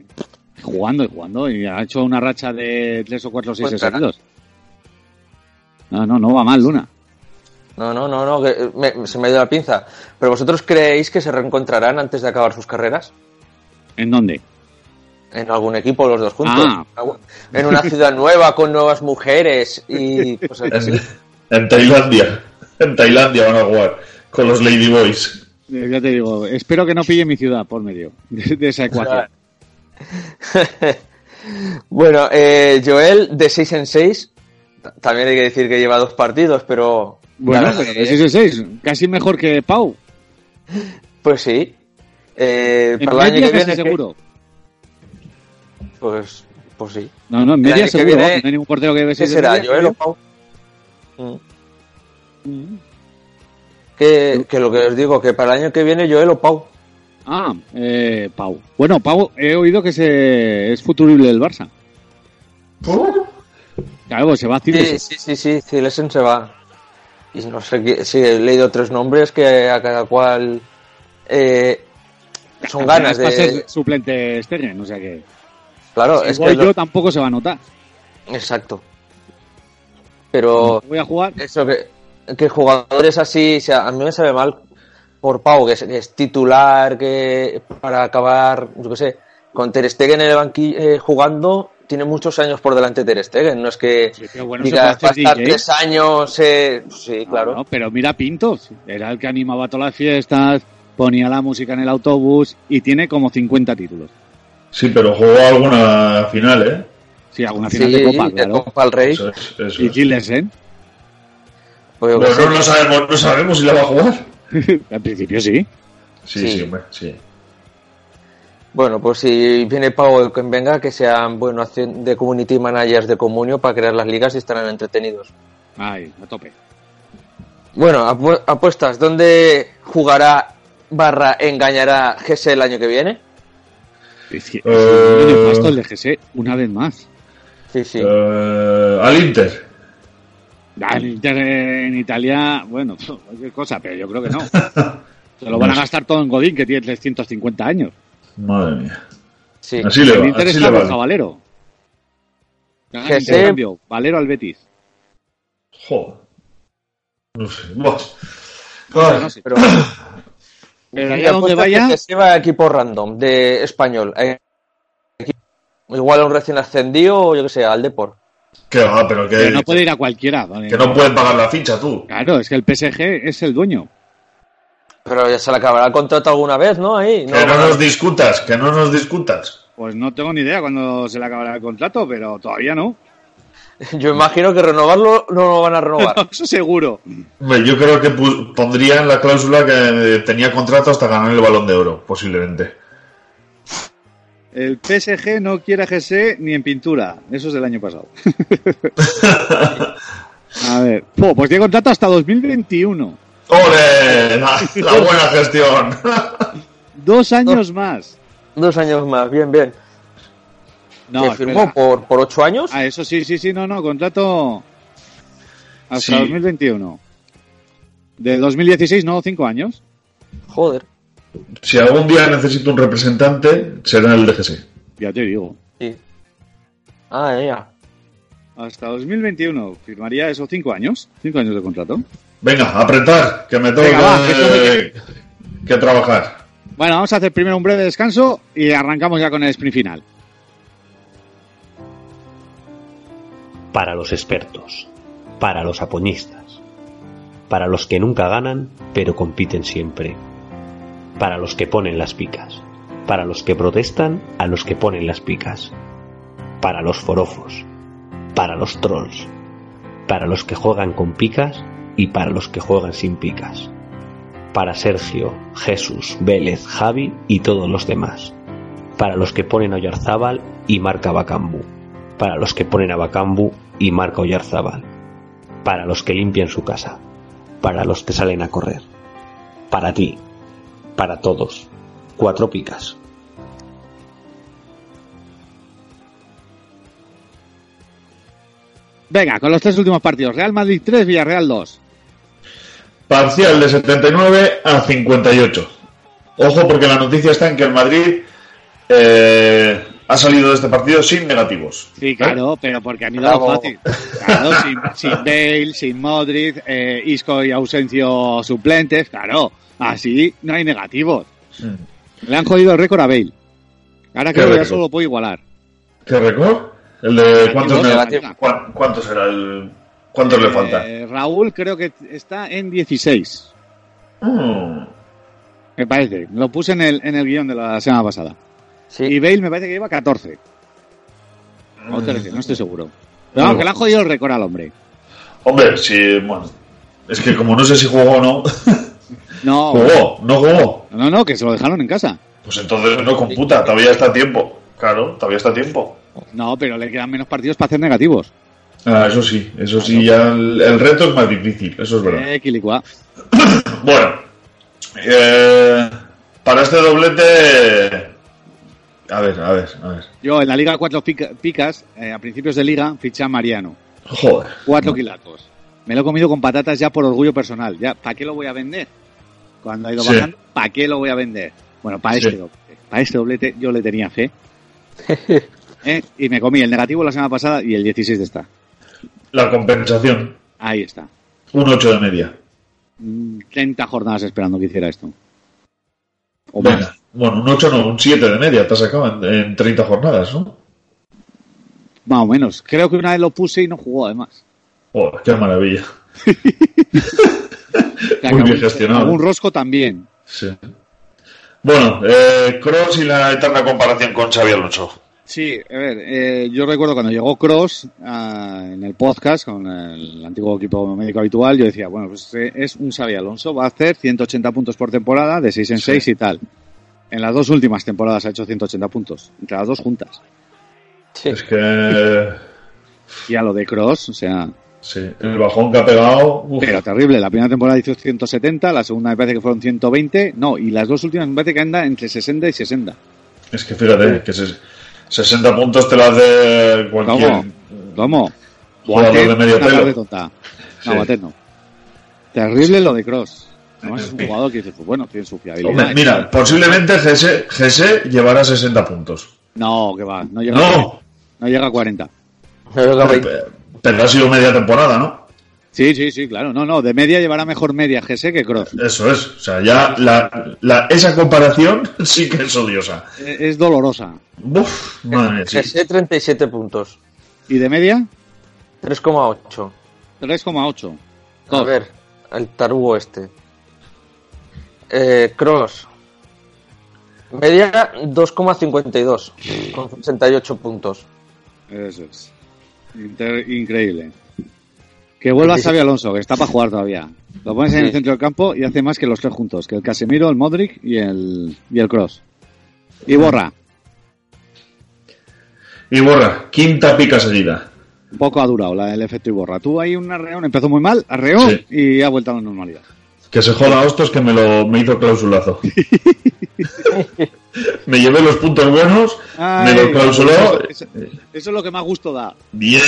jugando y jugando y ha hecho una racha de tres o cuatro o seis Pues, seguidos. No, no, no va mal Luna. No, no, no, no, que eh, me- se me ha ido la pinza. ¿Pero vosotros creéis que se reencontrarán antes de acabar sus carreras? ¿En dónde? En algún equipo los dos juntos. Ah. En una ciudad nueva, con nuevas mujeres y cosas así. En, en Tailandia. En Tailandia van a jugar con los Ladyboys. Eh, Ya te digo, espero que no pille mi ciudad por medio de, de esa ecuación. Bueno, eh, Joel, de 6 en 6. También hay que decir que lleva dos partidos, pero... Bueno, Ganas pero de- de 6 en 6, casi mejor que Pau. Pues sí. Eh, En para el año media que casi viene... ¿qué? seguro. Pues, pues sí. No, no, en El año media que seguro. viene- no hay ningún portero que debe ¿Qué será, Joel o Pau? Mm. Mm. Que, que lo que os digo, que para el año que viene Joel o Pau. Ah, eh, Pau. Bueno, Pau, he oído que se, es futurible el Barça. Claro, pues se va a Sí, sí, sí, sí, Cilesen se va. Y no sé qué- sí, he leído tres nombres que a cada cual eh, son ganas Va a ser de. suplente Stegen, o sea que... Claro, si es voy que. yo lo- tampoco se va a notar. Exacto. Pero. Voy a jugar. Eso que, que jugadores así. o sea, a mí me sabe mal por Pau, que es, que es titular, que para acabar, yo qué sé, con Ter Stegen en el banquillo eh, jugando. Tiene muchos años por delante Ter Stegen, no es que bueno, se puede digas, va a hacer estar DJ". tres años, eh, sí, claro. No, pero mira Pinto, era el que animaba todas las fiestas, ponía la música en el autobús y tiene como 50 títulos. Sí, pero jugó alguna final, ¿eh? Sí, alguna final de Copa, claro. al Rey. Eso es, eso Y es. Gillesen. Pues Pero no lo sabemos, no sabemos si la va a jugar. Al principio sí. Sí, Sí. sí, hombre, sí. Bueno, pues si viene Pau o quien venga, que sean bueno hacen- de community managers de comunio para crear las ligas y estarán entretenidos. Ay, a tope. Bueno, apu- apuestas, ¿dónde jugará barra engañará GS el año que viene? Es que es Eh. un nefasto el de GC, una vez más. Sí, sí. Eh, al Inter. Al Inter en Italia, bueno, cualquier cosa, pero yo creo que no. Se lo van a gastar todo en Godín, que tiene 350 años. Madre mía. Sí. Así le el va, Inter así está le Borja va. Valero. Que hagan GC. intercambio, Valero al Betis. Joder. No sé. buah. sea, no sé. Pero, Pero Eh, Mi allá donde apuesta es vaya, que se va a equipo random de español. Eh, equipo- Igual a un recién ascendido o yo que sé, al Depor. Que va, pero que, pero no puede ir a cualquiera. ¿vale? que no pueden pagar la ficha, tú. Claro, es que el PSG es el dueño. Pero ya se le acabará el contrato alguna vez, ¿no? Ahí. Que no nos discutas, que no nos discutas. Pues no tengo ni idea cuándo se le acabará el contrato, pero todavía no. Yo imagino que renovarlo no lo van a renovar. Eso seguro. Hombre, Yo creo que pu- pondría en la cláusula que eh, tenía contrato hasta ganar el balón de oro, posiblemente. El PSG no quiere a GC ni en pintura. Eso es del año pasado. a ver. Po, pues tiene contrato hasta 2021. ¡Ole! La, la buena gestión. Dos años más. Dos años más, bien, bien. No, que firmó espera. por, por ocho años. Ah, eso sí, sí, sí, no, no. Contrato hasta Sí. 2021. De 2016, no, cinco años. Joder, Si algún día necesito un representante, será el DGC. Ya te digo. sí. Ah, ya. Hasta 2021 firmaría esos cinco años, cinco años de contrato. Venga, apretar, que me tengo Venga, va, que, que esto que trabajar. Bueno, vamos a hacer primero un breve descanso y arrancamos ya con el sprint final. para los expertos, para los apoñistas, para los que nunca ganan pero compiten siempre, para los que ponen las picas, para los que protestan a los que ponen las picas, para los forofos, para los trolls, para los que juegan con picas y para los que juegan sin picas, para Sergio, Jesús, Vélez, Javi y todos los demás, para los que ponen a Oyarzábal y marca Bacambú, para los que ponen a Bacambú y marca Oyarzábal, para los que limpian su casa, para los que salen a correr, para ti, para todos. Cuatro picas. Venga, con los tres últimos partidos. Real Madrid 3, Villarreal 2. Parcial de 79 a 58. Ojo porque la noticia está en que el Madrid eh, ha salido de este partido sin negativos. Sí, claro, pero porque han ido a lo ¿Eh? Bravo. fácil. Claro, sin, sin Bale, sin Modric, eh, Isco y ausencio suplentes, claro. Así no hay negativos. Mm. Le han jodido el récord a Bale. Ahora ¿Qué creo que récord? ya Eh, solo puede igualar. ¿Qué récord? ¿El de cuántos, Negativos, negativos? ¿Cuá- cuántos era el- cuántos le falta? Eh, Raúl creo que está en 16. Mm. Me parece. Lo puse en el, en el guión de la semana pasada. Y Bale me parece que lleva 14. Ah. O 13, no estoy seguro. Pero vamos, que le han jodido el récord al hombre. Hombre, sí, bueno. Es que como no sé si jugó o no. No. Jugó, no jugó. No, no, que se lo dejaron en casa. Pues entonces no computa, todavía está a tiempo. Claro, todavía está a tiempo. No, pero le quedan menos partidos para hacer negativos. Ah, eso sí, eso sí, ya el, el reto es más difícil, eso es verdad. Eh, Quilicua. Bueno, eh, para este doblete. A ver, a ver, a ver. Yo en la Liga 4 Picas, eh, a principios de liga, ficha a Mariano. Joder. Cuatro quilatos. Me lo he comido con patatas ya por orgullo personal. Ya, ¿Para qué lo voy a vender? Cuando ha ido Sí. bajando, ¿para qué lo voy a vender? Bueno, para Sí. este doblete. Para este doblete yo le tenía fe. Eh, Y me comí el negativo la semana pasada y el 16 de esta. La compensación, Ahí está. un 8 de media. Mm, 30 jornadas esperando que hiciera esto. O Venga. Bueno, un 8 no, un 7 de media, te has sacado en, en 30 jornadas, ¿no? Más o menos. Creo que una vez lo puse y no jugó, además. Joder, Oh, qué maravilla. Muy bien gestionado. Un rosco también. Sí. Bueno, eh, Cross y la eterna comparación con Xavi Alonso. Sí, a ver, eh, yo recuerdo cuando llegó Cross ah, en el podcast con el antiguo equipo médico habitual, yo decía, bueno, pues eh, es un Xavi Alonso, va a hacer 180 puntos por temporada, de 6 en 6 y tal. En las dos últimas temporadas ha hecho 180 puntos, entre las dos juntas. Es que. Y a lo de Cross, o sea... Sí, el bajón que ha pegado. uf. Pero terrible, la primera temporada hizo 170, la segunda me parece que fueron 120, no, y las dos últimas me parece que anda entre 60 y 60. Es que fíjate, que ses- 60 puntos te las de cualquier ¿Cómo? ¿Cómo? jugador Guatet, de medio una tarde pelo. tonta. Sí. No, Guatet no. Terrible lo de Cross. Además es un jugador que dice, pues bueno, tiene su fiabilidad. Hombre, mira, posiblemente GS, GS llevará 60 puntos. No, que va, no llega, a, No, 40. no llega a 40. pero, pero ha sido media temporada, ¿no? Sí, sí, sí, claro. No, no, de media llevará mejor media GS que Cross. Eso es, o sea, ya la, la- esa comparación sí que es odiosa. Es, E, es dolorosa. Uf, madre mía, sí. Sé 37 puntos. ¿Y de media? 3,8. 3,8. A ver, el tarugo este. Eh, Cross. Media 2,52 con 68 puntos. Eso es. Inter- increíble. Que vuelva Sí. Xavi Alonso, que está para jugar todavía. Lo pones en el Sí. centro del campo y hace más que los tres juntos, que el Casemiro, el Modric y el, y el Cross. Y borra, Y borra, quinta pica seguida. un poco ha durado la del efecto y borra. Tú ahí un arreón, empezó muy mal, arreón y ha vuelto a la normalidad. Que se joda Hostos que me lo me hizo clausulazo. me llevé los puntos buenos, Ay, me lo clausuló. eso, eso es lo que más gusto da. Bien.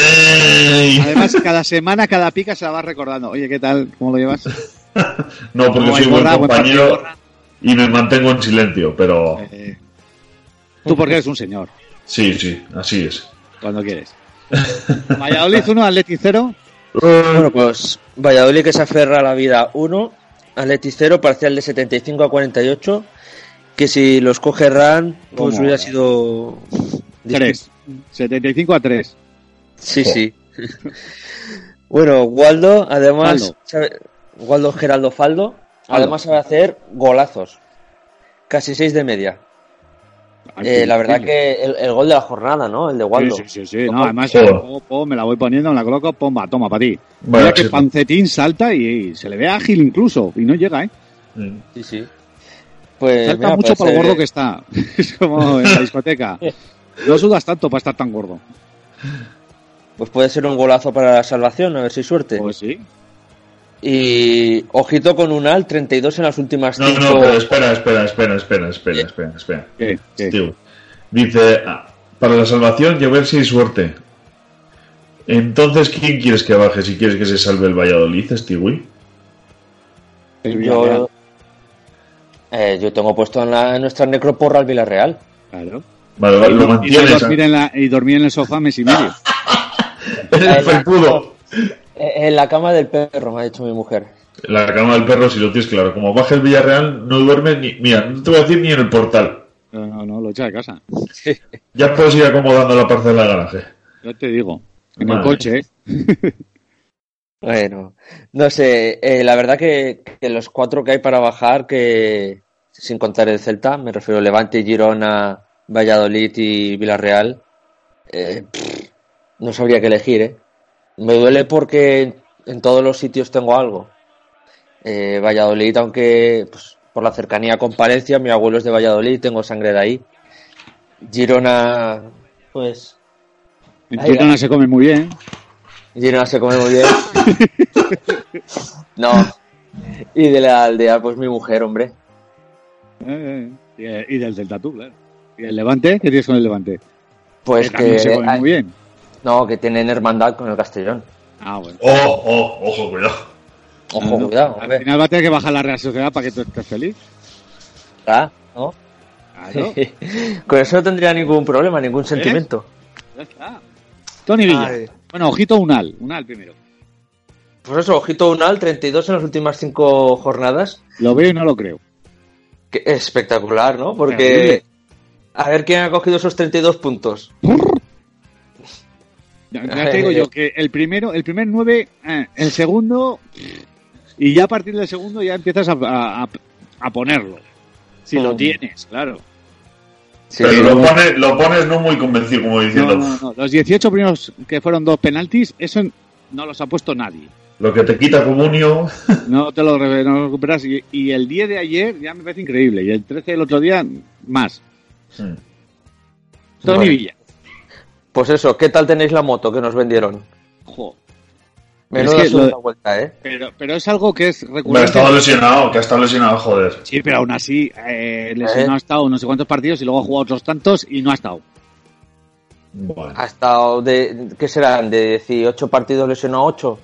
Además, cada semana, cada pica se la vas recordando. Oye, ¿qué tal? ¿Cómo lo llevas? No, porque No, soy es buen borra, buen compañero partido, borra. y me mantengo en silencio, pero Eh, tú porque eres un señor, sí, sí, así es. cuando quieres. Valladolid 1, Atleti 0. Bueno, pues Valladolid que se aferra a la vida 1, Atleti 0, parcial de 75 a 48, que si los coge Ran, pues ¿Cómo? hubiera sido... 3. 75 a 3. Sí, sí. Bueno, Waldo, además... Waldo. sabe- Waldo Geraldo Faldo, Faldo. además sabe hacer golazos. casi 6 de media. Eh, la verdad que el, el, gol de la jornada, ¿no? El de Waldo. Ah, Sí, sí, sí. sí. No, además, oh, oh, me la voy poniendo, me la coloco, pomba, toma, para ti. Vaya Mira que chico. Pancetín salta y, y, se le ve ágil incluso y no llega, ¿eh? Sí, sí. Eh, Pues, salta mira, mucho para lo gordo que está. es como en la discoteca. No sudas tanto para estar tan gordo. Pues puede ser un golazo para la salvación, a ver si suerte. Pues sí. Y ojito con un al 32 en las últimas No, cinco... no, pero espera, espera, espera, espera, espera, espera, espera. ¿Qué? ¿Qué? Dice, ah, para la salvación llover si hay suerte. Entonces, ¿quién quieres que baje si quieres que se salve el Valladolid, Stewie? Yo, eh, yo tengo puesto en, la, en nuestra necroporra al Villarreal. Claro. Vale, vale, lo mantienes. Y dormir, en la, y dormir en el sofá mes y medio. el felpudo. Eh, En la cama del perro, me ha dicho mi mujer. En la cama del perro, si lo tienes claro. Como baja el Villarreal, no duerme ni. Mira, no te voy a decir ni en el portal. No, no, no lo echa de casa. Sí. Ya puedes ir acomodando la parcela del garaje. Ya te digo. En vale. el coche, ¿eh? Bueno, no sé. Eh, la verdad que, que, los cuatro que hay para bajar, que sin contar el Celta, me refiero Levante, Girona, Valladolid y Villarreal, eh, pff, no sabría qué elegir, ¿eh? me duele porque en todos los sitios tengo algo. Eh, Valladolid, aunque pues, por la cercanía con Palencia, mi abuelo es de Valladolid, tengo sangre de ahí. Girona, pues. En Girona ahí, se come muy bien. Girona se come muy bien. no. Y de la aldea, pues mi mujer, hombre. Eh, eh. Y del Delta tú, claro. ¿Y el Levante? ¿Qué tienes con el Levante? Pues que. se come hay... muy bien. No, que tienen hermandad con el Castellón. Ah, bueno. Oh, oh, ojo, cuidado. Ojo, cuidado. Al final va a tener que bajar la Real Sociedad para que tú estés feliz. Ah, ¿no? Claro. con eso no tendría ningún problema, ¿Eh? ningún sentimiento. Ya está. Tony Villa. Ay. Bueno, ojito Unal. Unal primero. Pues eso, ojito Unal, 32 en las últimas 5 jornadas. Lo veo y no lo creo. Que espectacular, ¿no? Porque. A ver quién ha cogido esos 32 puntos. Ya, te digo yo que el primero, el primer 9, eh, el segundo, y ya a partir del segundo ya empiezas a, a, a ponerlo. Si oh. lo tienes, claro. Sí, Pero lo, pone, lo pones no muy convencido, como diciendo. No, no, no. Los 18 primeros que fueron dos penaltis, eso no los ha puesto nadie. Lo que te quita comunio. No te lo, no recuperas. Y, y, el 10 de ayer ya me parece increíble. Y el 13 del otro día, más. Sí. Tony vale. Villa. Pues eso, ¿qué tal tenéis la moto que nos vendieron? Jo. Menuda es que segunda lo... vuelta, ¿eh? Pero, pero, es algo que es recurrente. Pero ha estado lesionado, que ha estado lesionado, joder. Sí, pero aún así, eh, lesionado ¿Eh? ha estado no sé cuántos partidos y luego ha jugado otros tantos y no ha estado. Bueno. Ha estado de, ¿qué serán? ¿De 18 partidos lesionado 8?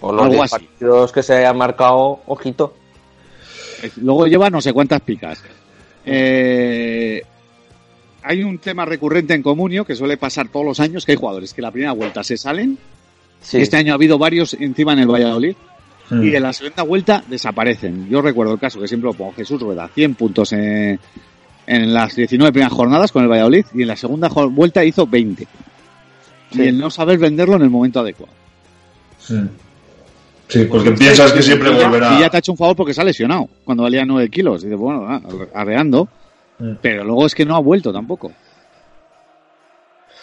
O los algo 10 así. partidos que se haya marcado, ojito. Luego lleva no sé cuántas picas. Eh hay un tema recurrente en Comunio que suele pasar todos los años, que hay jugadores que la primera vuelta se salen. Sí. Este año ha habido varios encima en el Valladolid. Mm. Sí. Y en la segunda vuelta desaparecen. Yo recuerdo el caso que siempre lo pongo, Jesús Rueda, 100 puntos en, en las 19 primeras jornadas con el Valladolid y en la segunda vuelta hizo 20. Sí. Y el no saber venderlo en el momento adecuado. Sí, porque pues piensas que siempre volverá. Y ya te ha hecho un favor porque se ha lesionado cuando valía 9 kilos. Y dices, bueno, ah, arreando. Pero luego es que no ha vuelto tampoco.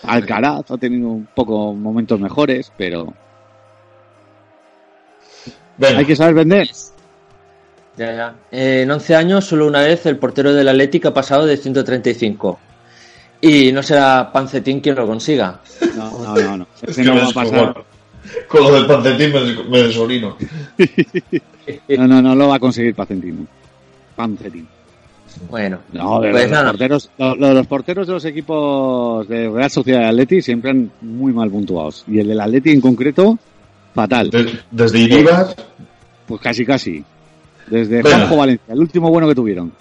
Alcaraz ha tenido un poco momentos mejores, pero. Venga. Hay que saber vender. Ya, ya. Eh, en 11 años, solo una vez el portero del Atlético ha pasado de 135. Y no será Pancetín quien lo consiga. No, no, no. no. Ese es que no va a pasar. Con lo del Pancetín me, me desolino. no, no, no lo va a conseguir Pancetín. Pancetín. Bueno, no, de, pues los, nada. Porteros, lo, lo, los porteros de los equipos de Real Sociedad de Atleti siempre han muy mal puntuados. Y el del Atleti en concreto, fatal. desde, desde Iribar. Pues casi, casi. Desde bueno. Juanjo Valencia, el último bueno que tuvieron.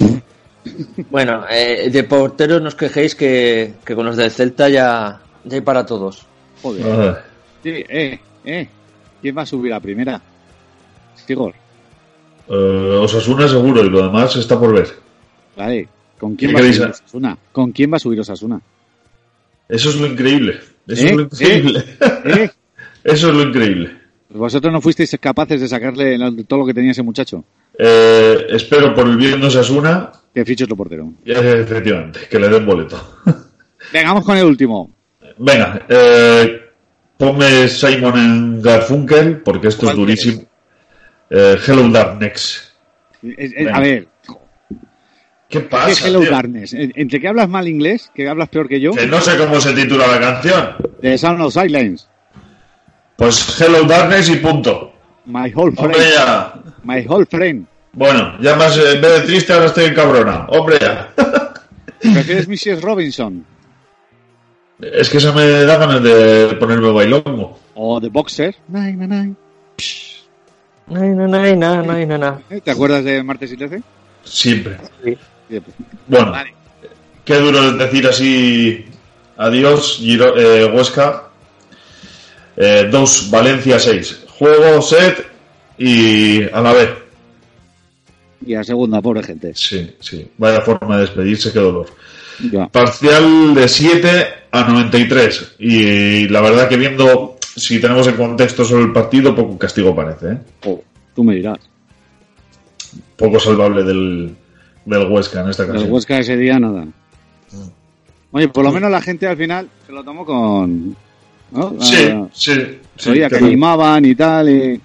Bueno, eh, de porteros no os quejéis que, que, con los del Celta ya, ya hay para todos. Joder. Ah. Sí, eh, eh. ¿Quién va a subir a primera? Sigor. Eh, Osasuna seguro y lo demás está por ver. Vale. E. ¿Con quién, va a subir Osasuna? ¿Con quién va a subir Osasuna? Eso es lo increíble. Eso ¿Eh? es lo increíble. ¿Eh? Eso es lo increíble. pues ¿Vosotros no fuisteis capaces de sacarle todo lo que tenía ese muchacho? Eh, espero por el bien de Osasuna eh, que fiche otro portero. Efectivamente, que le den boleto. Venga, vamos con el último. Venga, eh, ponme Simon en Garfunkel, porque esto es durísimo. Eh, Hello Darkness. Es- es- a ver, ¿Qué ¿qué es pasa? Hello tío? Darkness? En- Entre que hablas mal inglés, que hablas peor que yo, Que no sé cómo se titula la canción. de Sound of Silence, Pues Hello Darkness y punto. My Whole Friend. Hombre ya. My Whole Friend. Bueno, ya más eh, en vez de triste ahora estoy encabrona. Hombre ya. ¿Prefieres Mrs. Robinson? Es que se me da ganas de ponerme bailongo. ¿O The Boxer? Nine, nine, nine. Nay, na, nay, na, nay, na, na. ¿Eh? ¿Te acuerdas de Martes y pues, 13? Siempre. Bueno, qué duro es decir así adiós, Giro- eh, Huesca. 2, Valencia 6. Juego, set y a la vez. Y a segunda, pobre gente. Sí, sí. Vaya forma de despedirse, qué dolor. Ya. Parcial de 7 a 93. Y la verdad que viendo, si tenemos el contexto sobre el partido, poco castigo parece. ¿eh? Tú me dirás. Poco salvable del, del Huesca en esta El ocasión. Huesca ese día nada. Mm. Oye, por lo menos la gente al final se lo tomó con. ¿no? Sí, Ah, sí. sí, oía que pero- animaban y tal. y-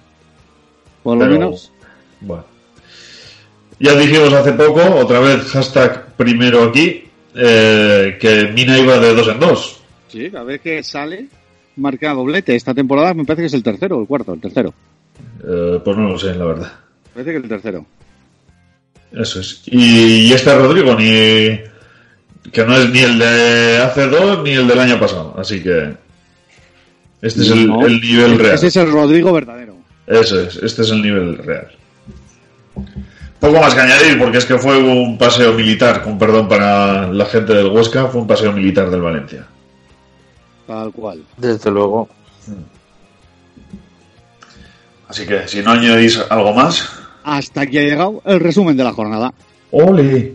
Por lo Pero- menos. Bueno. Ya dijimos hace poco, otra vez, hashtag primero aquí, eh, que Mina iba de dos en dos. Sí, cada vez que sale, marca doblete. Esta temporada me parece que es el tercero o el cuarto, el tercero. Eh, pues no lo sé, la verdad. Me parece que el tercero. Eso es. Y, y este Rodrigo, ni que no es ni el de hace dos ni el del año pasado. Así que este es el, No. el nivel real. Ese es el Rodrigo verdadero. Eso es, este es el nivel real. Poco más que añadir, porque es que fue un paseo militar, con perdón para la gente del Huesca, fue un paseo militar del Valencia. Tal cual. Desde luego. Así que si no añadís algo más. Hasta aquí ha llegado el resumen de la jornada. ¡Ole!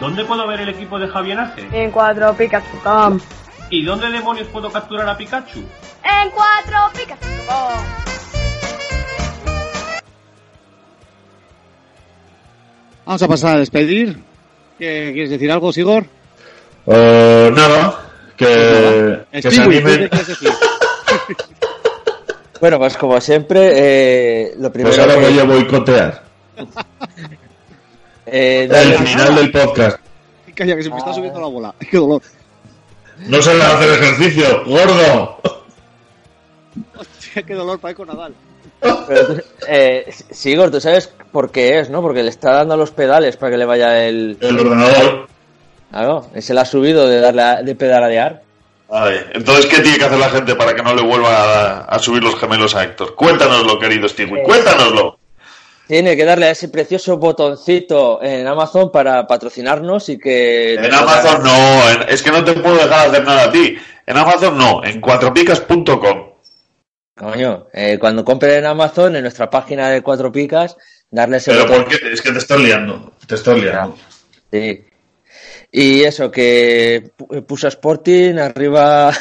¿Dónde puedo ver el equipo de Javier Ace? En cuatropicas.com. ¿Y dónde demonios puedo capturar a Pikachu? En cuatropicas.com. Vamos a pasar a despedir. ¿Qué- ¿Quieres decir algo, Sigor? Eh, nada, que, que se Stewie, animen. ¿tú qué quieres decir? Bueno, pues como siempre, eh, lo primero Pues ahora que- voy a boicotear. eh, El final del podcast. Calla, que se me está subiendo la bola. Qué dolor. No se le hacer ejercicio, gordo. Hostia, qué dolor, Paco Nadal. Pero tú- eh, Sigor, tú sabes por qué es, ¿no? Porque le está dando los pedales para que le vaya el... El ordenador. Claro, se le ha subido de, darle a- de pedaladear. Ay, entonces, ¿qué tiene que hacer la gente para que no le vuelva a, a subir los gemelos a Héctor? Cuéntanoslo, querido Stewie, cuéntanoslo. Tiene que darle a ese precioso botoncito en Amazon para patrocinarnos y que... En Amazon no, en- es que no te puedo dejar hacer nada a ti. En Amazon no, en cuatropicas.com. Coño, eh, cuando compren en Amazon, en nuestra página de Cuatro Picas, darle ese Pero botón. ¿por qué? Es que te estás liando, te estás liando. Sí. Y eso, que pu- eh, puso a Sporting arriba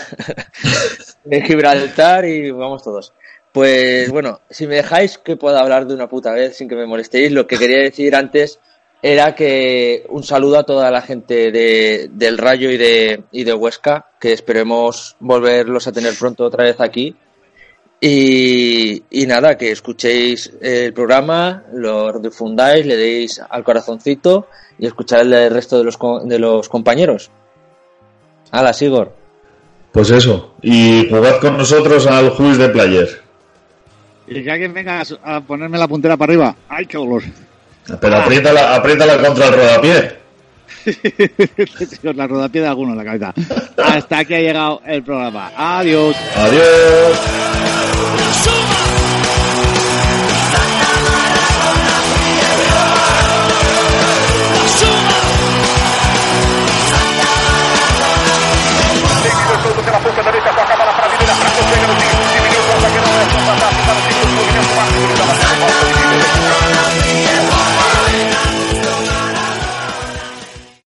de Gibraltar y vamos todos. Pues bueno, si me dejáis que pueda hablar de una puta vez sin que me molestéis, lo que quería decir antes era que un saludo a toda la gente de, del Rayo y de, y de Huesca, que esperemos volverlos a tener pronto otra vez aquí. Y, y nada, que escuchéis el programa, lo difundáis, le deis al corazoncito y escuchar el resto de los, co- de los compañeros. Hala, Sigor. Pues eso, y jugad con nosotros al juiz de player. Y que alguien venga a su- a ponerme la puntera para arriba. ¡Ay, qué dolor! Pero apriétala, apriétala contra el rodapié. Os la rodapié de alguno en la cabeza. Hasta aquí ha llegado el programa. Adiós. Adiós. Shoot!